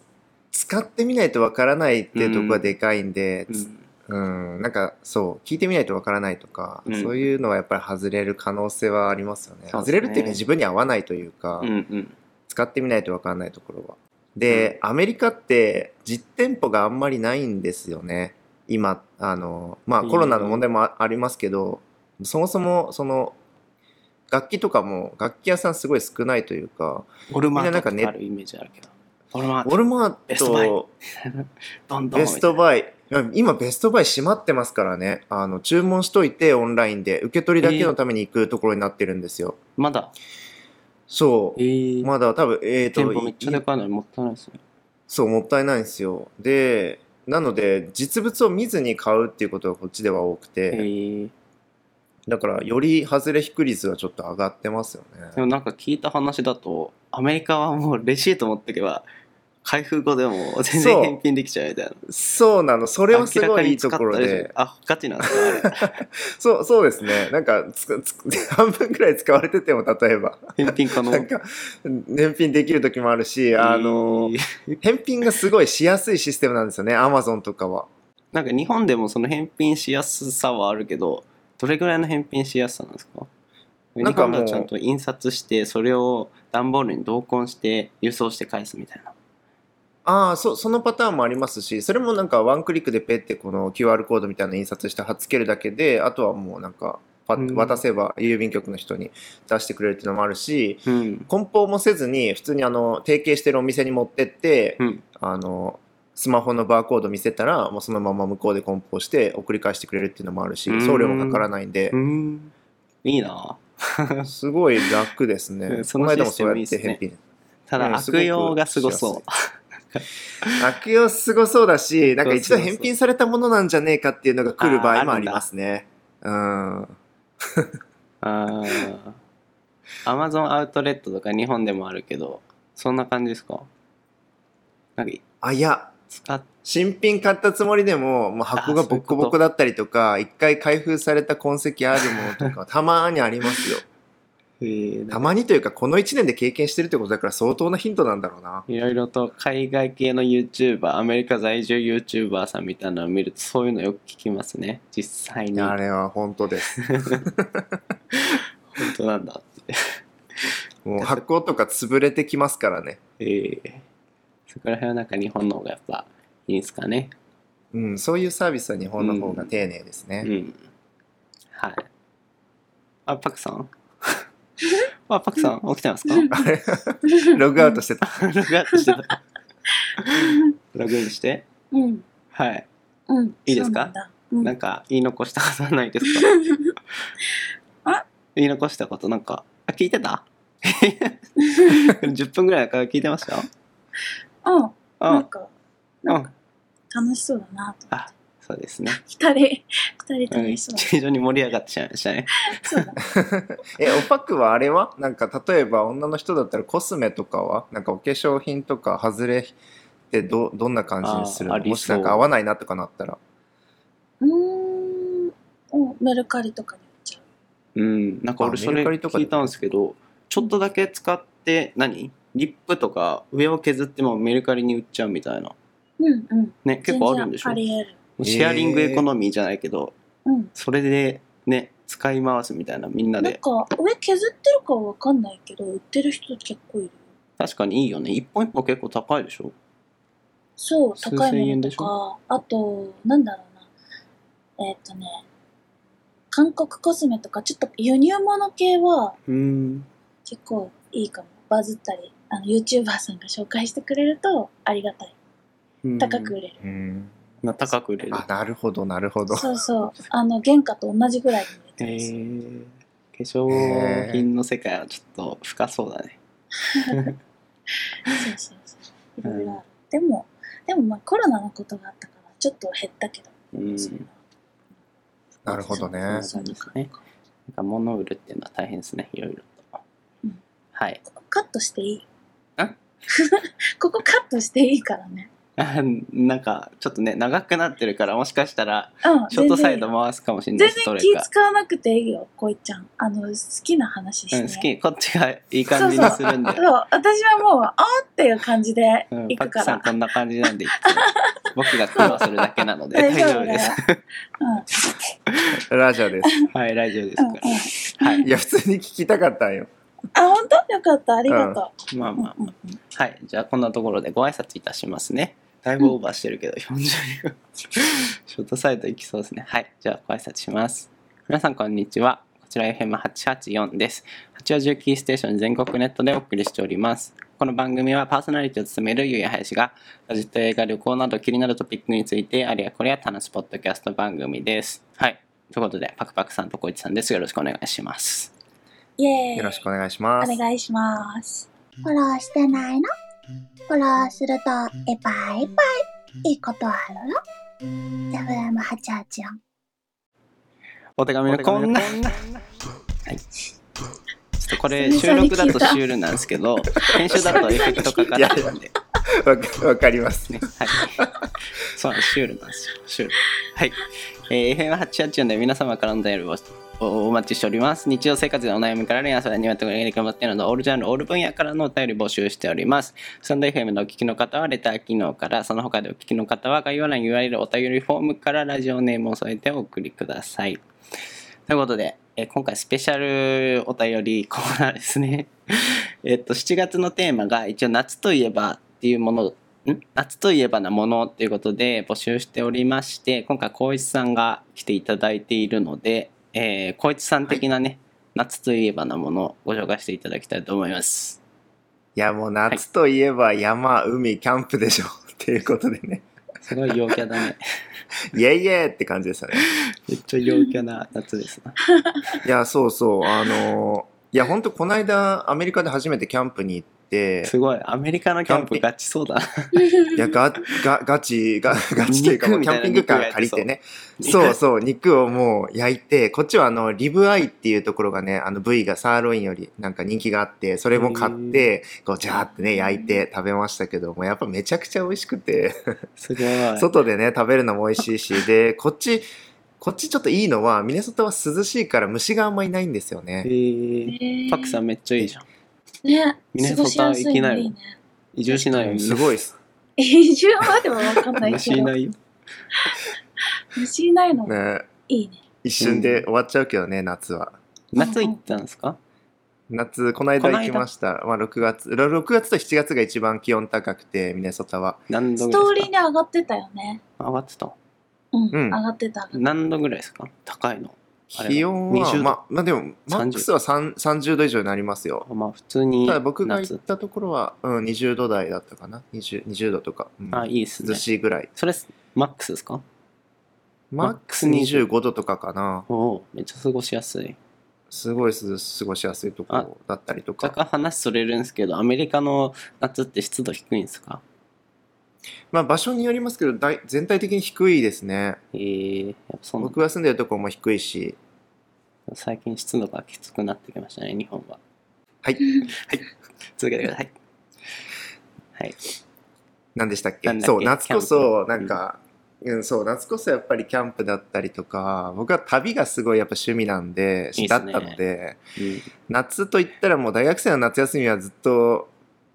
Speaker 3: 使ってみないとわからないっていうところがでかいんで、
Speaker 1: う
Speaker 3: つ
Speaker 1: ん
Speaker 3: うん、なんかそう聞いてみないとわからないとか、
Speaker 1: うん
Speaker 3: そういうのはやっぱり外れる可能性はありますよね
Speaker 1: そうですね
Speaker 3: 外れるっていうか自分に合わないというか、
Speaker 1: うんうん
Speaker 3: 使ってみないとわからないところはで、アメリカって実店舗があんまりないんですよね今あのまあ
Speaker 1: うん
Speaker 3: コロナの問題もあありますけど、そもそもその楽器とかも楽器屋さんすごい少ないというか
Speaker 1: オルマートと
Speaker 3: みんな
Speaker 1: か
Speaker 3: なん
Speaker 1: あ
Speaker 3: か
Speaker 1: るイメージあるけどオルマー
Speaker 3: ウォ
Speaker 1: ト
Speaker 3: ルマ
Speaker 1: ベ
Speaker 3: ー
Speaker 1: ストバイ
Speaker 3: ト
Speaker 1: どんどん
Speaker 3: ベストバイ。今、ベストバイ閉まってますからね。あの、注文しといて、オンラインで、受け取りだけのために行くところになってるんですよ。
Speaker 1: まだ
Speaker 3: そ
Speaker 1: えー
Speaker 3: う。まだ多分、え
Speaker 1: 店
Speaker 3: っ、と
Speaker 1: 舗めっちゃで
Speaker 3: い、
Speaker 1: かいのにもったいないですね
Speaker 3: そう、もったいないんですよ。で、なので、実物を見ずに買うっていうことがこっちでは多く
Speaker 1: え
Speaker 3: て、
Speaker 1: ー
Speaker 3: だから、より外れ引く率がちょっと上がってますよ
Speaker 1: で
Speaker 3: ね。
Speaker 1: もなんか聞いた話だとアメリカはもうレシート持ってけば開封後でも全然
Speaker 3: そう
Speaker 1: 返品できちゃうみたいな
Speaker 3: そうなの、それはすごいいいところ
Speaker 1: 明らかに使ったりする
Speaker 3: で。
Speaker 1: あガチなんですかあ
Speaker 3: そう、そうですね。なんかつく、つく 半分くらい使われてても、例えば。
Speaker 1: れ返品可能
Speaker 3: なんか、返品できる時もあるし、あの、
Speaker 1: えー
Speaker 3: 返品がすごいしやすいシステムなんですよね、アマゾンとかは。
Speaker 1: なんか日本でもその返品しやすさはあるけど、どれぐらいの返品しやすさなんですか日
Speaker 3: なんか
Speaker 1: 本
Speaker 3: も
Speaker 1: で
Speaker 3: う
Speaker 1: はちゃんと印刷して、それを段ボールに同梱して、郵送して返すみたいな。
Speaker 3: ああ、そ、そのパターンもありますし、それもなんかワンクリックでペってこの QR コードみたいなの印刷して貼っつけるだけで、あとはもうなんか、パッ
Speaker 1: うん
Speaker 3: と渡せば郵便局の人に出してくれるっていうのもあるし、
Speaker 1: うん。
Speaker 3: 梱包もせずに普通にあの、提携してるお店に持ってって、
Speaker 1: うん。
Speaker 3: あの、スマホのバーコード見せたら、もうそのまま向こうで梱包して送り返してくれるっていうのもあるし
Speaker 1: うん、
Speaker 3: 送料もかからないんで
Speaker 1: う、ん。いいな
Speaker 3: すごい楽です
Speaker 1: う
Speaker 3: ね
Speaker 1: ん。そ
Speaker 3: こ
Speaker 1: の
Speaker 3: の間も
Speaker 1: システ
Speaker 3: そう
Speaker 1: ム
Speaker 3: やって
Speaker 1: いいっす
Speaker 3: 返品。
Speaker 1: た
Speaker 3: う
Speaker 1: だ
Speaker 3: んすごく
Speaker 1: 悪用がすごそ
Speaker 3: し悪用すごそうだし、なんか一
Speaker 1: そうそうそ
Speaker 3: 度
Speaker 1: う
Speaker 3: 返品されたものなんじゃねえかっていうのが来る場合
Speaker 1: あーあ
Speaker 3: もあ
Speaker 1: るん
Speaker 3: り
Speaker 1: だ
Speaker 3: ますね。うん。
Speaker 1: う。あアマゾンアウトレットとか日本でもあるけど、そんな感じですかなんか
Speaker 3: あ、いや、
Speaker 1: 使っ
Speaker 3: 新品買ったつもりでも、もう箱
Speaker 1: あーそ
Speaker 3: が
Speaker 1: う
Speaker 3: ボ
Speaker 1: いうこと
Speaker 3: ッコボコだったりとか、一回開封された痕跡あるものと か、たまにありますよ。
Speaker 1: えー
Speaker 3: たまにというか、この1年で経験してるってことだから相当なヒントなんだろうな。
Speaker 1: いろいろと海外系の YouTuber、アメリカ在住 YouTuber さんみたいなのを見るとそういうのよく聞きますね。実際に。
Speaker 3: あ
Speaker 1: 本
Speaker 3: れは本当です。
Speaker 1: 当なんだって。
Speaker 3: もう箱とか潰れてきますからね。
Speaker 1: ええそこら辺はなんか日本の方がやっぱいいんすかね。
Speaker 3: うん、そういうサービスは日本の方が丁寧ですね。
Speaker 1: うん。はい。あ、パクさんあ、パクさん起きてますか
Speaker 2: うん
Speaker 3: あれログアウトしてた。
Speaker 1: ログアウトしてた。ログインして。
Speaker 2: うん。
Speaker 1: はい。
Speaker 2: うん。
Speaker 1: いいですか
Speaker 2: そうなんだうん
Speaker 1: なんか言い残したことはない ですか
Speaker 2: あ
Speaker 1: 言い残したことなんか、あ、聞いてた ?10 分ぐらいだから聞いてました
Speaker 2: うん。
Speaker 1: う
Speaker 2: なん
Speaker 1: ん。
Speaker 2: か、
Speaker 1: うん。
Speaker 2: 楽しそうだなと。
Speaker 1: あ、そうですね。
Speaker 2: 二人、二人
Speaker 1: う
Speaker 2: と
Speaker 1: ん、
Speaker 2: もそう。
Speaker 1: 非常に盛り上がってしまいましたね。
Speaker 2: そうだ。
Speaker 3: え、オパクはあれはなんか例えば女の人だったらコスメとかはなんかお化粧品とか外れってどどんな感じにする
Speaker 1: あーあ
Speaker 3: の
Speaker 1: りそう
Speaker 3: もしなんか合わないなとかなったら。
Speaker 2: うーん。おメルカリとかに売っちゃう。
Speaker 1: うん、なんか俺
Speaker 3: あ
Speaker 1: そ
Speaker 3: メ
Speaker 1: れ
Speaker 3: ルカリと
Speaker 1: 聞
Speaker 3: かで
Speaker 1: いたんですけど、ちょっとだけ使って、何リップとか上を削ってもメルカリに売っちゃうみたいな。
Speaker 2: うんうん。
Speaker 1: ね、結構あるんでしょ
Speaker 2: 全然あり
Speaker 3: り
Speaker 1: シェアリングエコノミーじゃないけど、
Speaker 2: 得る。うん。
Speaker 1: それでね、使い回すみたいな、みんな
Speaker 2: なん
Speaker 1: で。
Speaker 2: か、上削ってるかはわかんないけど、売ってる人結構いる。
Speaker 1: 確かにいいよね。一本一本結構高いでしょ
Speaker 2: そう、
Speaker 1: 数
Speaker 2: 高
Speaker 1: 千
Speaker 2: い
Speaker 1: 円
Speaker 2: も
Speaker 1: で
Speaker 2: の
Speaker 1: し
Speaker 2: とか、あと、なんだろうな。えーっ、とね、韓国コスメとか、ちょっと輸入物系は
Speaker 1: うん。
Speaker 2: 結構いいかも。バズったり、あの、YouTuber さんが紹介してくれるとありがたい。高く売れる。
Speaker 3: うん。
Speaker 1: な高く売れる。
Speaker 3: あ、なるほど、なるほど。
Speaker 2: そうそう。あの、原価と同じぐらいに売
Speaker 1: え
Speaker 2: れてます。
Speaker 1: ー、化粧品の世界はちょっと深そうだね。
Speaker 2: そうそうそう。いろいろある。でも、でもまあコロナのことがあったから、ちょっと減ったけど。
Speaker 1: うん。
Speaker 2: そう
Speaker 3: なるほどね。
Speaker 1: そうですね。なんか物を売るっていうのは大変ですね、いろいろと。
Speaker 2: うん
Speaker 1: はい。
Speaker 2: ここカットしていい
Speaker 1: あ
Speaker 2: ここカットしていいからね。
Speaker 1: あなんか、ちょっとね、長くなってるから、もしかしたら、
Speaker 2: うん、
Speaker 1: ショートサイ
Speaker 2: 全然いい
Speaker 1: ド回すかもしれない
Speaker 2: 全
Speaker 1: し、ど
Speaker 2: 然
Speaker 1: れ
Speaker 2: 気
Speaker 1: か。
Speaker 2: 使わなくていいよ、こいちゃん。あの、好きな話して、
Speaker 1: う
Speaker 2: ね
Speaker 1: ん、好き。こっちがいい感じにするんで。
Speaker 2: そう、私はもう、あーっていう感じで
Speaker 1: うん、
Speaker 2: 行
Speaker 1: パッ
Speaker 2: く
Speaker 1: ク
Speaker 2: か
Speaker 1: さ
Speaker 2: ら
Speaker 1: ん。こんな感じなんでいつも僕が苦労するだけなので
Speaker 2: 大
Speaker 1: 大
Speaker 2: 丈
Speaker 1: 丈
Speaker 2: 夫
Speaker 1: 夫
Speaker 2: だよ
Speaker 1: です。。
Speaker 3: ラジャです。
Speaker 1: はい、ラジオです
Speaker 2: うん、うん、
Speaker 1: か
Speaker 2: う
Speaker 1: ら。
Speaker 2: ん。
Speaker 1: はい
Speaker 3: い、や、普通に聞きたかったんよ。
Speaker 2: あ、本当よかった。ありがと
Speaker 1: まあ
Speaker 2: う。うん、
Speaker 1: まあ
Speaker 2: うん、うん。
Speaker 1: はい、じゃあこんなところでご挨拶いたしますね。だいぶオーバーしてるけど、40秒。 ショートサイト行きそうですね。はい、じゃあご挨拶します。皆さんこんにちは。こちら FM884 です。八王子をキーステーションに全国ネットでお送りしております。この番組はパーソナリティを務めるゆうやはやしが、ガジェット映画、旅行など気になるトピックについて、あれやこれや話すポッドキャスト番組です。はい、ということで、パクパクさんとこいちさんです。よろしくお願いします。
Speaker 2: イエーイ。
Speaker 3: よろしくお願いします。
Speaker 2: お願いします。
Speaker 4: フォローしてないのフォローすると、えばいばい。いいことあるよ。FM884。
Speaker 1: お手紙のこんな。はい。ちょっとこれ収録だとシュールなんですけど、編集だとエフェクトかかってるんで、
Speaker 3: わかわかります。
Speaker 1: ね、はい。 そうなんです、シュールなんですよ。シュール。はい。えー、FM884 で皆様からのお便りをおお待ちしております。日常生活でお悩みから恋愛相談にまとめ頑張ってなど、オールジャンル、オール分野からのお便り募集しております。スタンド FM のお聞きの方はレター機能から、その他でお聞きの方は概要欄に URL お便りフォームからラジオネームを添えてお送りください。ということで、えー今回スペシャルお便りコーナーですね。 えっと、7月のテーマが一応夏といえばっていうもの、ん夏といえばなものっていうことで募集しておりまして、今回光一さんが来ていただいているので、えー、光一さん的なね、夏といえばなものをご紹介していただきたいと思います。
Speaker 3: いや、もう夏といえば山、海、キャンプでしょ。っていうことでね。
Speaker 1: すごい陽キャだ ね。
Speaker 3: イエイイエイって感じでしたね。
Speaker 1: めっちゃ陽キャな夏ですな。
Speaker 3: いや、そうそう。あのーいや、ほんとこの間、アメリカで初めてキャンプに行って、
Speaker 1: すごい、アメリカのキャンプガチそうだな。
Speaker 3: いや、が、が、ガ チ、が、ガチというか、もうキ
Speaker 1: 肉みたいな
Speaker 3: ャンピングカー借りてね。
Speaker 1: 肉が
Speaker 3: そ
Speaker 1: 焼
Speaker 3: うそう、肉をもう焼いて、こっちはあの、リブアイっていうところがね、あの部位がサーロインよりなんか人気があって、それも買って、こう、ジャーってね、焼いて食べましたけども、やっぱめちゃくちゃ美味しくて、
Speaker 1: すごい。
Speaker 3: 外でね、食べるのも美味し いし、で、こっち、こっちちょっといいのは、ミネソタは涼しいから虫があんまいないんですよ
Speaker 1: え
Speaker 3: ね。
Speaker 1: ー、パクさんめっちゃいいじゃん。
Speaker 2: ね、
Speaker 1: ミネ
Speaker 2: 過
Speaker 1: ソタ
Speaker 2: ごしやすいのいいね。
Speaker 1: 移住しないよ、ね。
Speaker 3: すごいっす。
Speaker 2: 移住まではわかんない
Speaker 1: 虫
Speaker 2: け
Speaker 1: い
Speaker 2: ど
Speaker 1: な、いよ。
Speaker 2: 虫いないのも
Speaker 3: ね、
Speaker 2: いいね。
Speaker 3: 一瞬で終わっちゃうけどね、夏は。
Speaker 1: 夏行ったんですか
Speaker 3: 夏、この間行きました。まあ、6月、6月と7月が一番気温高くて、ミネソタは。
Speaker 1: 何度
Speaker 2: ス
Speaker 1: ぐ
Speaker 2: トー
Speaker 1: らい
Speaker 2: リ
Speaker 1: で
Speaker 2: ー
Speaker 1: す
Speaker 2: に
Speaker 1: か
Speaker 2: 上がってたよね。
Speaker 1: 上がってた。
Speaker 2: うん、
Speaker 3: うん
Speaker 2: 上がってた。
Speaker 1: 何度ぐらいですか高いの。あれは
Speaker 3: 気温
Speaker 1: 20
Speaker 3: は、
Speaker 1: 度
Speaker 3: まあ、まあでも、マ
Speaker 1: 30
Speaker 3: ックスは3 30度以上になりますよ。
Speaker 1: まあ普通に
Speaker 3: ただ僕が行っ
Speaker 1: 夏。
Speaker 3: たところは、うん、20度台だったかな。20, 20度とか、うん
Speaker 1: あ、いいです
Speaker 3: 涼
Speaker 1: ね。
Speaker 3: しいぐらい。
Speaker 1: それ、マックスですか
Speaker 3: マックス25度とかかな。
Speaker 1: おお、めっちゃ過ごしやすい。
Speaker 3: すごいす過ごしやすいところだったりと
Speaker 1: 若
Speaker 3: か。
Speaker 1: 干話それるんですけど、アメリカの夏って湿度低いんですか
Speaker 3: まあ場所によりますけど大全体的に低いですね
Speaker 1: えー、やっぱその
Speaker 3: 僕が住んでるところも低いし
Speaker 1: 最近湿度がきつくなってきましたね、日本は。
Speaker 3: はい
Speaker 1: 続けてください。はい。
Speaker 3: 何でしたっけ
Speaker 1: なんだっけ
Speaker 3: そう夏こ
Speaker 1: キ
Speaker 3: そ
Speaker 1: ャ
Speaker 3: な
Speaker 1: ンプ
Speaker 3: んか、うんそう夏こそやっぱりキャンプだったりとか僕は旅がすごいやっぱ趣味なんで
Speaker 1: いいっすね
Speaker 3: だったので
Speaker 1: うん
Speaker 3: 夏といったらもう大学生の夏休みはずっと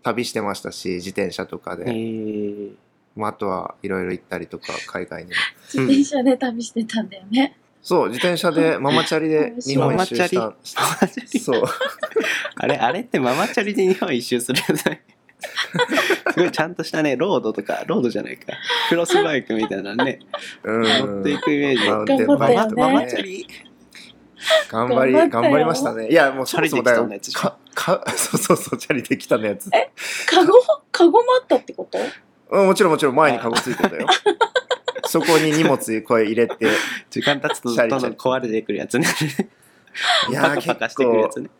Speaker 3: 旅してましたし自転車とかで、
Speaker 1: えー、
Speaker 3: まあ、あとはいろいろ行ったりとか海外にも
Speaker 2: 自転車で旅してたんだよね。
Speaker 3: そう自転車でママチャリで日本一周し
Speaker 1: マ
Speaker 3: た そう
Speaker 1: あれ、あれってママチャリで日本一周するやつねすごいちゃんとしたね、ロードとか、ロードじゃないか、クロスバイクみたいなね、
Speaker 3: う
Speaker 1: 乗
Speaker 3: ん
Speaker 1: っていくイメージ。
Speaker 3: マウ
Speaker 1: マ
Speaker 3: ンテン
Speaker 2: 頑張っ
Speaker 3: バ
Speaker 2: た
Speaker 3: イ
Speaker 2: よね
Speaker 3: クとか
Speaker 1: マ
Speaker 3: ね
Speaker 1: チャリ
Speaker 3: 頑張り
Speaker 2: 頑張っ
Speaker 3: 頑
Speaker 2: たよ
Speaker 3: 張りましたねいやもうそもそもだよ
Speaker 1: チャリで来たのや
Speaker 3: かか そうそうそうチャリできたのやつ
Speaker 2: カゴ、カゴもあったってこと
Speaker 3: うん、もちろんもちろん前にカゴついてたよ。 そこに荷物声入れて。
Speaker 1: 時間経つとどんどん壊れてくるやつね。パ
Speaker 3: いや
Speaker 1: カパカ
Speaker 3: ー結
Speaker 1: してくるや
Speaker 3: 構
Speaker 1: つね。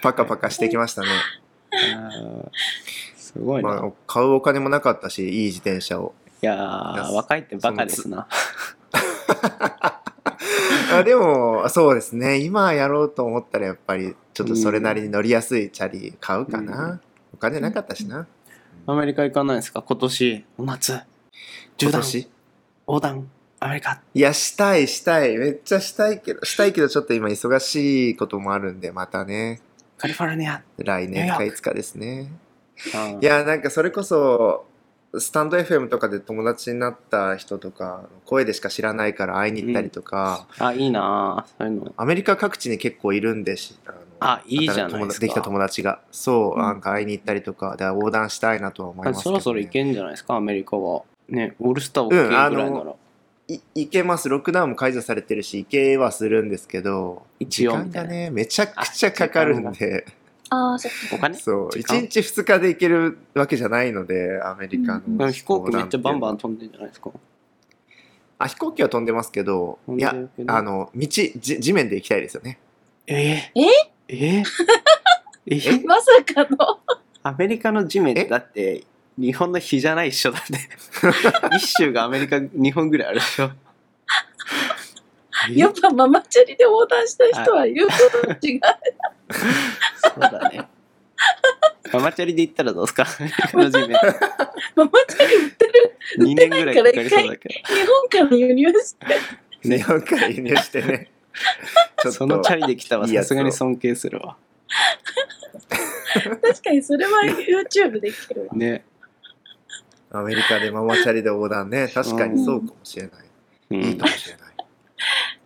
Speaker 3: パカパカしてきましたね。
Speaker 1: あーすごいな。
Speaker 3: まあ、買うお金もなかったし、いい自転車を。
Speaker 1: いやー、若いってバカですな。
Speaker 3: あでも、そうですね。今やろうと思ったらやっぱり、ちょっとそれなりに乗りやすいチャリ買うか
Speaker 1: う
Speaker 3: な。お金なかったしな。
Speaker 1: アメリカ行かないですか今年、お夏、
Speaker 3: 今
Speaker 1: 縦断、
Speaker 3: 年
Speaker 1: 横断、アメリカ。
Speaker 3: いや、したい、したい。めっちゃしたいけど、したいけど、ちょっと今忙しいこともあるんで、またね、
Speaker 1: カリフォルニア。
Speaker 3: 来
Speaker 1: ニュー
Speaker 3: 年
Speaker 1: ヨー
Speaker 3: か
Speaker 1: ク
Speaker 3: いつかですね。
Speaker 1: い
Speaker 3: い、やなんかそれこそスタンド FM とかで友達になった人とか声でしか知らないから会いに行ったりとか、
Speaker 1: あ、いいなーそういうの。
Speaker 3: アメリカ各地に結構いるんでしあの
Speaker 1: あいいじゃないですか
Speaker 3: 新し友達できた友達がそう、
Speaker 2: うん
Speaker 3: なんか会いに行ったりとかで横断したいなとは思いますけ
Speaker 1: そ
Speaker 3: ど、ね、
Speaker 1: ろそろ行けんじゃないですか、アメリカは。ね、オールスター OK
Speaker 3: うん
Speaker 1: ぐらいなら。
Speaker 3: あのい行けますロックダウンも解除されてるし行けはするんですけど
Speaker 1: 一
Speaker 3: 時
Speaker 1: 応み
Speaker 3: 間
Speaker 1: た
Speaker 3: が
Speaker 1: いな。
Speaker 3: ねめちゃくちゃかかるんで
Speaker 2: ああ、そっか。
Speaker 1: お金
Speaker 3: そう
Speaker 1: 時
Speaker 3: 1
Speaker 1: 間
Speaker 3: 日2日で行けるわけじゃないのでアメリカの、
Speaker 2: うん
Speaker 1: でも飛行機めっちゃバンバ
Speaker 3: ン
Speaker 1: ン飛んでんじゃないですか。
Speaker 3: あ飛行機は飛んでますけど
Speaker 1: 飛ん
Speaker 3: い
Speaker 1: で
Speaker 3: や
Speaker 1: るけど
Speaker 3: あの道じ地面で行きたいですよね
Speaker 1: え
Speaker 2: え
Speaker 1: ええ
Speaker 2: まさかの。
Speaker 1: アメリカの地面って
Speaker 3: え
Speaker 1: だって日本の日じゃないっしょだって 一周がアメリカ日本ぐらいあるでしょ
Speaker 2: やっぱママチャリで横断した人は言うことと違う。
Speaker 1: そうだねママチャリで行ったらどう ですかアメリカの地面
Speaker 2: ママチャリ売ってる。
Speaker 1: 2年ぐらいかかりそうだけ
Speaker 2: 日本から輸入して。
Speaker 1: ね
Speaker 3: 日本から輸入し てねちょ
Speaker 1: ど
Speaker 3: っ
Speaker 1: その
Speaker 3: と
Speaker 1: チャリで来たはい
Speaker 3: いや
Speaker 1: さ
Speaker 3: つを
Speaker 1: すがに尊敬するわ
Speaker 2: 確かにそれは YouTube できるわ。
Speaker 1: ね、
Speaker 3: アメリカでママチャリで横断ね確かにそうかもしれない、
Speaker 1: う
Speaker 3: いい
Speaker 1: ん
Speaker 3: か、もしれない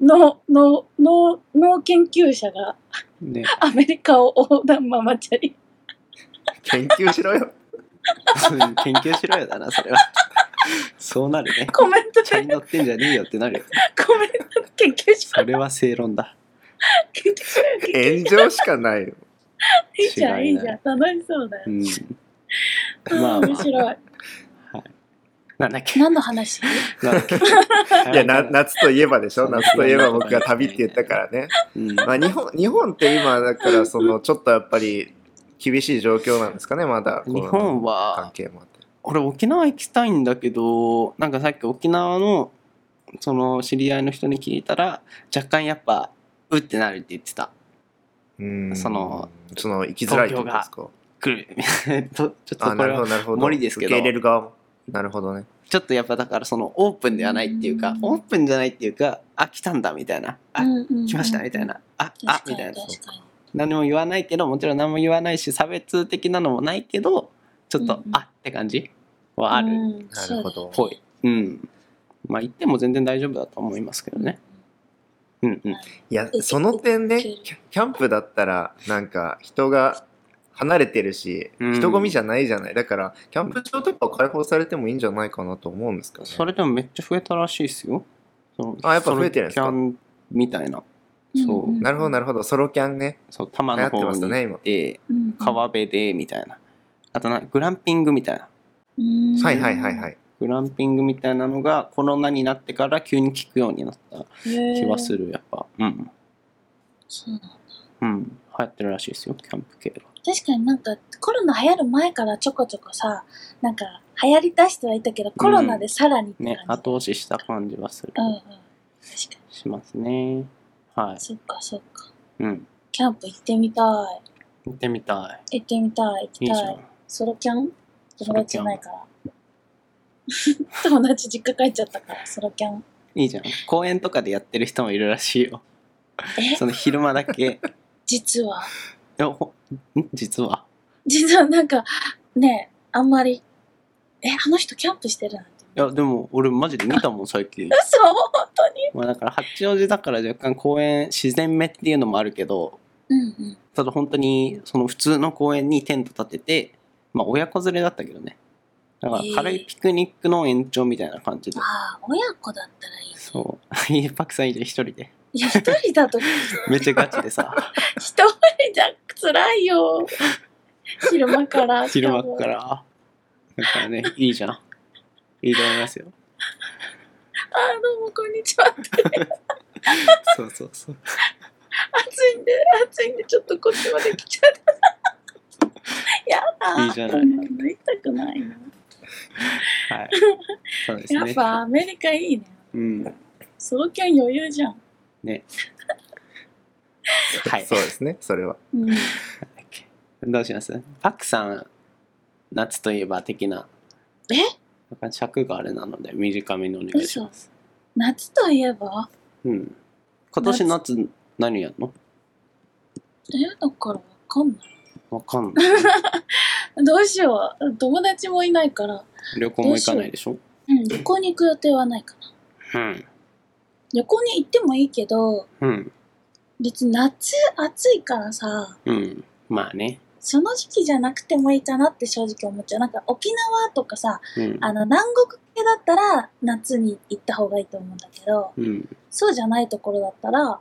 Speaker 2: の、の、の、の研究者が
Speaker 1: ね
Speaker 2: アメリカを横断ママチャリ。
Speaker 3: 研究しろよ
Speaker 1: うん研究しろよだなそれはそうなるね
Speaker 2: コメント
Speaker 1: チャ
Speaker 2: で
Speaker 1: リ、乗ってんじゃねえよってなるよ
Speaker 2: コメントで研究者、
Speaker 1: それは正論だ
Speaker 2: 研究者
Speaker 3: 炎上しかない よ
Speaker 2: いいじゃん、
Speaker 1: 違
Speaker 2: い
Speaker 1: い
Speaker 2: い
Speaker 1: ない
Speaker 2: じゃん。楽しそうだ
Speaker 1: う
Speaker 2: よ。
Speaker 1: んま
Speaker 2: あ
Speaker 1: あ
Speaker 2: ー面白い。
Speaker 1: なんだっけ
Speaker 2: 何の話
Speaker 1: なんだっけ
Speaker 3: いやな夏といえばでしょ
Speaker 1: そう
Speaker 3: 夏といえば僕が旅って言ったからね、
Speaker 1: うん
Speaker 3: まあ、日本日本って今だからそのちょっとやっぱり厳しい状況なんですかねまだ
Speaker 1: 日本
Speaker 3: コロナの関
Speaker 1: は
Speaker 3: 係もあって
Speaker 1: 俺沖縄行きたいんだけどなんかさっき沖縄のその知り合いの人に聞いたら若干やっぱうってなるって言ってた
Speaker 3: うん
Speaker 1: その
Speaker 3: その行きづらいってことですか
Speaker 1: 来る とちょっと
Speaker 3: あ
Speaker 1: こ
Speaker 3: な
Speaker 1: れ
Speaker 3: るほ
Speaker 1: は
Speaker 3: どなるほど
Speaker 1: 森ですけど
Speaker 3: 受け入れる側もなるほどね
Speaker 1: ちょっとやっぱだからそのオープンではないっていうか
Speaker 2: うん
Speaker 1: オープンじゃないっていうかあ来たんだみたいなあ来ましたみたい。なああみたいな
Speaker 2: 確かに。
Speaker 1: 何も言わないけどもちろん何も言わないし差別的なのもないけどちょっと、
Speaker 2: うんうん
Speaker 1: あって感じはあるっ
Speaker 2: うん
Speaker 3: なるほど
Speaker 1: ぽいうんまあ言っても全然大丈夫だと思いますけどね。うんうん
Speaker 3: いや
Speaker 2: け
Speaker 3: その点ね
Speaker 2: 受け入れる
Speaker 3: キャキャンプだったらなんか人が離れてるし
Speaker 1: うん
Speaker 3: 人混みじゃないじゃないだからキャンプ場とかは開放されてもいいんじゃないかなと思うんですけどね
Speaker 1: それでもめっちゃ増えたらしいですよその
Speaker 3: あやっぱ増えてるんですか
Speaker 1: ソロキャンみたいな
Speaker 2: そう
Speaker 1: そう,、
Speaker 2: うん
Speaker 3: なるほどなるほどソロキャンね
Speaker 1: そう多摩の方に
Speaker 3: 流
Speaker 1: 行
Speaker 3: 行
Speaker 1: っ、
Speaker 3: って
Speaker 2: うん
Speaker 1: 川辺でみたいなあとなグランピングみたいな
Speaker 2: うん
Speaker 3: はいはいはいはい
Speaker 1: グランピングみたいなのがコロナになってから急に聞くようになった
Speaker 2: へー
Speaker 1: 気はするやっぱうん
Speaker 2: そうなんだ
Speaker 1: うん流行ってるらしいですよ、キャンプ系が。
Speaker 2: 確かになんかコロナ流行る前からちょこちょこさ、なんか流行り出してはいたけど、コロナでさらにって
Speaker 1: ね、
Speaker 2: 感じ。
Speaker 1: 後押しした感じはする。
Speaker 2: うんうん。確か
Speaker 1: しますね。は
Speaker 2: に。そっかそっか。
Speaker 1: い。うん。
Speaker 2: キャンプ行ってみた
Speaker 1: 行ってみた
Speaker 2: い。行ってみたい。行
Speaker 1: い。い
Speaker 2: き
Speaker 1: いじ
Speaker 2: た
Speaker 1: ゃ
Speaker 2: い。
Speaker 1: ん。
Speaker 2: ソロキャン友達い
Speaker 1: ソロキャン
Speaker 2: ないから。 友達実家帰っちゃったから、ソロキャン。
Speaker 1: いいじゃん。公園とかでやってる人もいるらしいよ。
Speaker 2: え
Speaker 1: その昼間だけ。
Speaker 2: 実は。
Speaker 1: いやほ ん実は。
Speaker 2: 実はなんか、ねえ、あんまり、え、あの人キャンプしてるなんて。
Speaker 1: いや、でも俺マジで見たもん、最 近。
Speaker 2: 嘘本当に
Speaker 1: まあだから八王子だから若干公園、自然目っていうのもあるけど、
Speaker 2: うんうん。
Speaker 1: ただ本当にその普通の公園にテント立てて、まあ親子連れだったけどね。だから軽いピクニックの延長みたいな感じで。
Speaker 2: ああ、親子だったらいい。
Speaker 1: そう。 いいパクさんいる一人で。
Speaker 2: いや、一 人だと、
Speaker 1: めっちゃガチで さ、
Speaker 2: 一人じゃ辛いよ。昼間から。
Speaker 1: 昼間っか。ら。だからね、いいじゃん。いいと思いますよ。
Speaker 2: あ、どうもこんにちは。
Speaker 1: そうそうそう。
Speaker 2: 暑いんで、暑いんで、ちょっとこっちまで来ちゃった。 やだ。
Speaker 1: いいじゃない
Speaker 2: そんの行きたくないな。
Speaker 1: はい。そうです
Speaker 2: やっ
Speaker 1: ね。
Speaker 2: ぱアメリカいいね。
Speaker 1: うん。
Speaker 2: ソロキャン余裕じゃん。
Speaker 1: はい。
Speaker 3: そうですね、それは。
Speaker 2: うん。
Speaker 1: どうしますパクさん、夏といえば的な。
Speaker 2: え
Speaker 1: なんか尺があれなので、短めにお願いします。
Speaker 2: 夏といえば
Speaker 1: うん。今年夏、何やるの
Speaker 2: え、だからわかんな
Speaker 1: わかん ない。
Speaker 2: い。どうしよう。友達もいないから。
Speaker 1: 旅行も行かないでしょ
Speaker 2: うん、旅行に行く予定はないかな。
Speaker 1: うん。
Speaker 2: 旅行に行ってもいいけど、
Speaker 1: うん。
Speaker 2: 別に夏暑いからさ、
Speaker 1: うん。まあね。
Speaker 2: その時期じゃなくてもいいかなって正直思っちゃう。なんか沖縄とかさ、
Speaker 1: うん。
Speaker 2: あの南国系だったら夏に行った方がいいと思うんだけど、
Speaker 1: うん。
Speaker 2: そうじゃないところだったら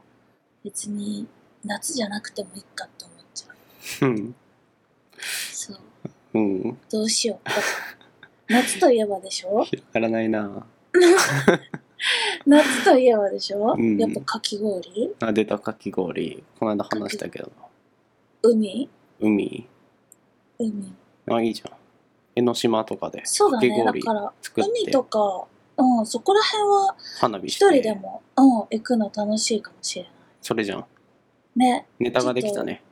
Speaker 2: 別に夏じゃなくてもいいかって思っちゃう。
Speaker 1: うん。
Speaker 2: そう。
Speaker 1: うん。
Speaker 2: どうしよう。だから 夏といえばでしょ
Speaker 1: 広がらないな
Speaker 2: 夏といえばでしょ、
Speaker 1: うん
Speaker 2: やっぱかき氷
Speaker 1: あ、出たかき氷。この間話したけど。
Speaker 2: 海
Speaker 1: 海。
Speaker 2: 海。
Speaker 1: あ、いいじゃん。江ノ島とかで
Speaker 2: そうだ
Speaker 1: か
Speaker 2: ね。
Speaker 1: き
Speaker 2: だ
Speaker 1: 氷
Speaker 2: から
Speaker 1: 作って
Speaker 2: 海とか、うん、そこら辺は
Speaker 1: 花火し
Speaker 2: 一
Speaker 1: て。
Speaker 2: 人でも、うん、行くの楽しいかもしれない。
Speaker 1: それじゃん。
Speaker 2: ね。
Speaker 1: ネタができたね。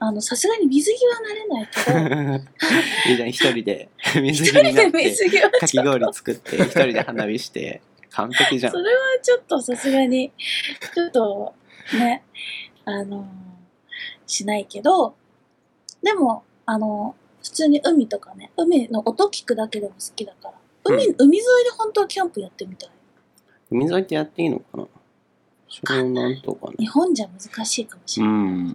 Speaker 2: あの、さすがに水着はなれない け
Speaker 1: い
Speaker 2: ど、
Speaker 1: いじゃん、 一人で水
Speaker 2: 一
Speaker 1: 着にな
Speaker 2: 人
Speaker 1: っ
Speaker 2: で
Speaker 1: て、
Speaker 2: 水着は
Speaker 1: か
Speaker 2: ち
Speaker 1: き
Speaker 2: ょっと、
Speaker 1: 氷作って、一人で花火して、完璧じゃん
Speaker 2: そ。れはちょっとさすがに、ちょっと、ね、あのーしないけど、でも、あのー普通に海とかね、海の音聞くだけでも好きだから、海、
Speaker 1: う
Speaker 2: 海沿いで本当はキャンプやってみたい。
Speaker 1: 海沿いってやっていいのかな湘南とか
Speaker 2: 日
Speaker 1: ね。
Speaker 2: 本じゃ難しいかもし
Speaker 1: う
Speaker 2: れない。
Speaker 1: ん。う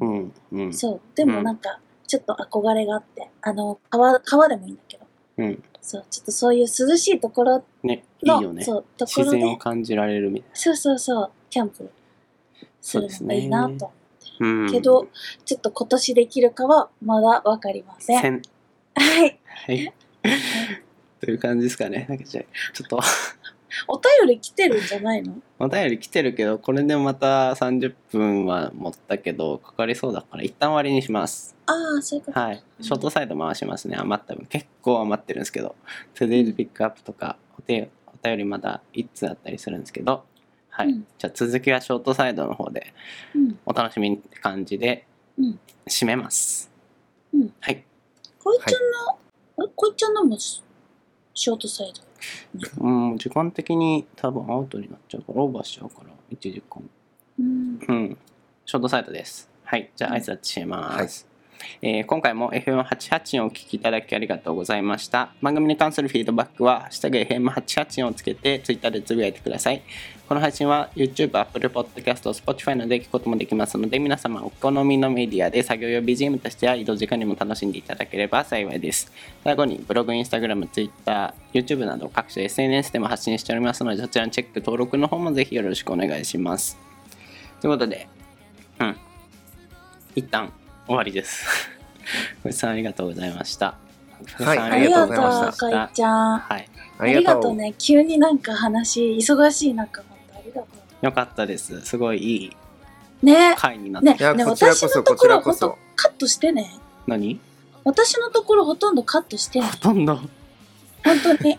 Speaker 2: うん
Speaker 1: ん。うん。
Speaker 2: そう、でもなんか、ちょっと憧れがあって、あの、川、川でもいいんだけど、
Speaker 1: うん
Speaker 2: そう、ちょっとそういう涼しいところ
Speaker 1: ね、いい
Speaker 2: の、
Speaker 1: よね。
Speaker 2: そう、とこ
Speaker 1: 自
Speaker 2: ろで
Speaker 1: 然を感じられるみたい
Speaker 2: そうそうそう、キャンプす
Speaker 1: そう
Speaker 2: る
Speaker 1: です
Speaker 2: の
Speaker 1: ね
Speaker 2: がいいなと。
Speaker 1: な。うん。
Speaker 2: けど、、ちょっと今年できるかはまだわかりませ
Speaker 1: せ
Speaker 2: ん。
Speaker 1: ん。
Speaker 2: はい。
Speaker 1: はい。 という感じですかね。なんかじゃあちょっと。
Speaker 2: お便り来てるんじゃないの
Speaker 1: お便り来てるけど、これでまた30分は持ったけど、かかりそうだから、一旦終わりにします。
Speaker 2: ああ、そういうこと。
Speaker 1: はい。ショートサイド回しますね。余った分。結構余ってるんですけど、Today's Pick Up とか、お手お便りまだ1通あったりするんですけど、はい。
Speaker 2: うん
Speaker 1: じゃあ続きはショートサイドの方で、
Speaker 2: うん。
Speaker 1: お楽しみって感じで
Speaker 2: うん、
Speaker 1: 締めます。
Speaker 2: うん
Speaker 1: はい。
Speaker 2: こいちゃんの、あれこいちゃんのもシショートサイド。
Speaker 1: うん、時間的に多分アウトになっちゃうから、オーバーしちゃうから、1時間。
Speaker 2: うん。
Speaker 1: うん。ショートサイトです。はい。じゃあ、挨拶します。えー今回も FM88 をお聞きいただきありがとうございました。番組に関するフィードバックは、ハッシュタグ FM88 をつけて、Twitter でつぶやいてください。この配信は YouTube、Apple Podcast、Spotify などで聞くこともできますので、皆様お好みのメディアで作業用 BGM としては移動時間にも楽しんでいただければ幸いです。最後にブログ、Instagram、Twitter、YouTube など各種 SNS でも発信しておりますので、そちらのチェック、登録の方もぜひよろしくお願いします。ということで、うん。一旦終わりです。ごちそうさんありがとうございました。
Speaker 3: はい
Speaker 1: ごちそうさん
Speaker 2: あ
Speaker 3: あ
Speaker 2: り
Speaker 3: り
Speaker 2: が
Speaker 3: が
Speaker 2: と
Speaker 3: と
Speaker 2: う
Speaker 3: うございまし、
Speaker 1: た
Speaker 2: こいちゃん。
Speaker 1: はい。
Speaker 3: あ
Speaker 2: あ
Speaker 3: り
Speaker 2: りが
Speaker 3: がと
Speaker 2: と
Speaker 3: う。
Speaker 2: うね。急になんか話、忙しい中、本当ありがとう。
Speaker 1: よかったです。すごいいい
Speaker 2: ね
Speaker 1: 回になって、
Speaker 2: ね
Speaker 3: いや
Speaker 2: ね
Speaker 3: こちらこそ
Speaker 2: 私のところ
Speaker 3: こ
Speaker 2: ほん
Speaker 3: ちらこと
Speaker 2: カットしてね
Speaker 1: 何
Speaker 2: 私のところほとんどカットしてね
Speaker 1: ほとんど
Speaker 2: 本当に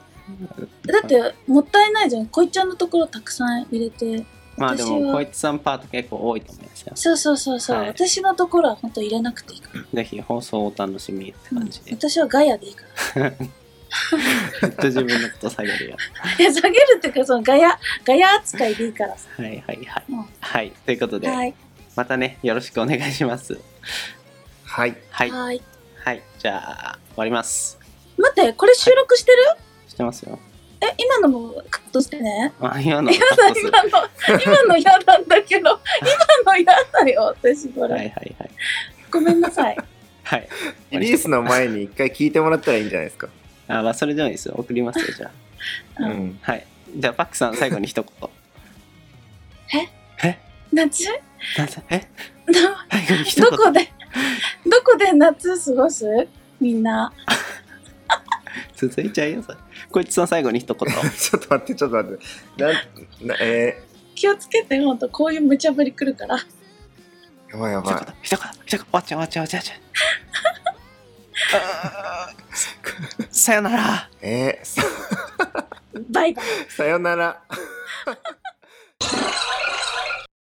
Speaker 2: だってもったいないじゃんこいちゃんのところたくさん入れて
Speaker 1: まあで
Speaker 2: 私
Speaker 1: も
Speaker 2: は
Speaker 1: こいつさんパート結構多いと思いますよ
Speaker 2: そうそうそうそう、
Speaker 1: はい
Speaker 2: 私のところは本当入れなくていいから、
Speaker 1: ぜひ放送をお楽しみって
Speaker 2: うん
Speaker 1: 感じで、
Speaker 2: 私はガヤでいいから
Speaker 1: ずっと自分のこと下げるよ
Speaker 2: い や下げるっていうかそのガヤガヤ扱いでいいからさ、
Speaker 1: はいはいはい
Speaker 2: うん
Speaker 1: はいということで、
Speaker 2: はい
Speaker 1: またねよろしくお願いします
Speaker 3: はい。
Speaker 1: はいはい、
Speaker 2: はい
Speaker 1: じゃあ終わります
Speaker 2: 待ってこれ収録してる、
Speaker 1: してますよ
Speaker 2: え今のもカットしてね
Speaker 1: あ今の
Speaker 2: や
Speaker 1: カ
Speaker 2: だ
Speaker 1: ットする
Speaker 2: 今の今の嫌なんだけど今の嫌だよ私これ、
Speaker 1: はいはいはい
Speaker 2: ごめん なさい
Speaker 1: はい
Speaker 3: リリースの前に一回聞いてもらったらいいんじゃないですか。
Speaker 1: あまあそれでもいいですよ送りますよじゃ あ
Speaker 2: う
Speaker 3: うんん。
Speaker 1: はいじゃあパックさん最後に一言
Speaker 2: 夏
Speaker 1: なんせえ
Speaker 2: な
Speaker 1: 最後に一言
Speaker 2: どこでどこで夏過ごすみんな
Speaker 1: 続いちゃうよそれこいつさん最後に一言
Speaker 3: ちょっと待って、ちょっと待って。なん、なえ
Speaker 2: 気をつけてほんとこういう無茶ぶり来るから
Speaker 3: ー、やばいや
Speaker 1: 一言
Speaker 3: ば
Speaker 1: 一言一言終わっちゃう終わっちゃう終わ っちゃう終わっちゃうあーさよなら
Speaker 3: い。えー、さ
Speaker 2: バイバイ
Speaker 3: さよなら。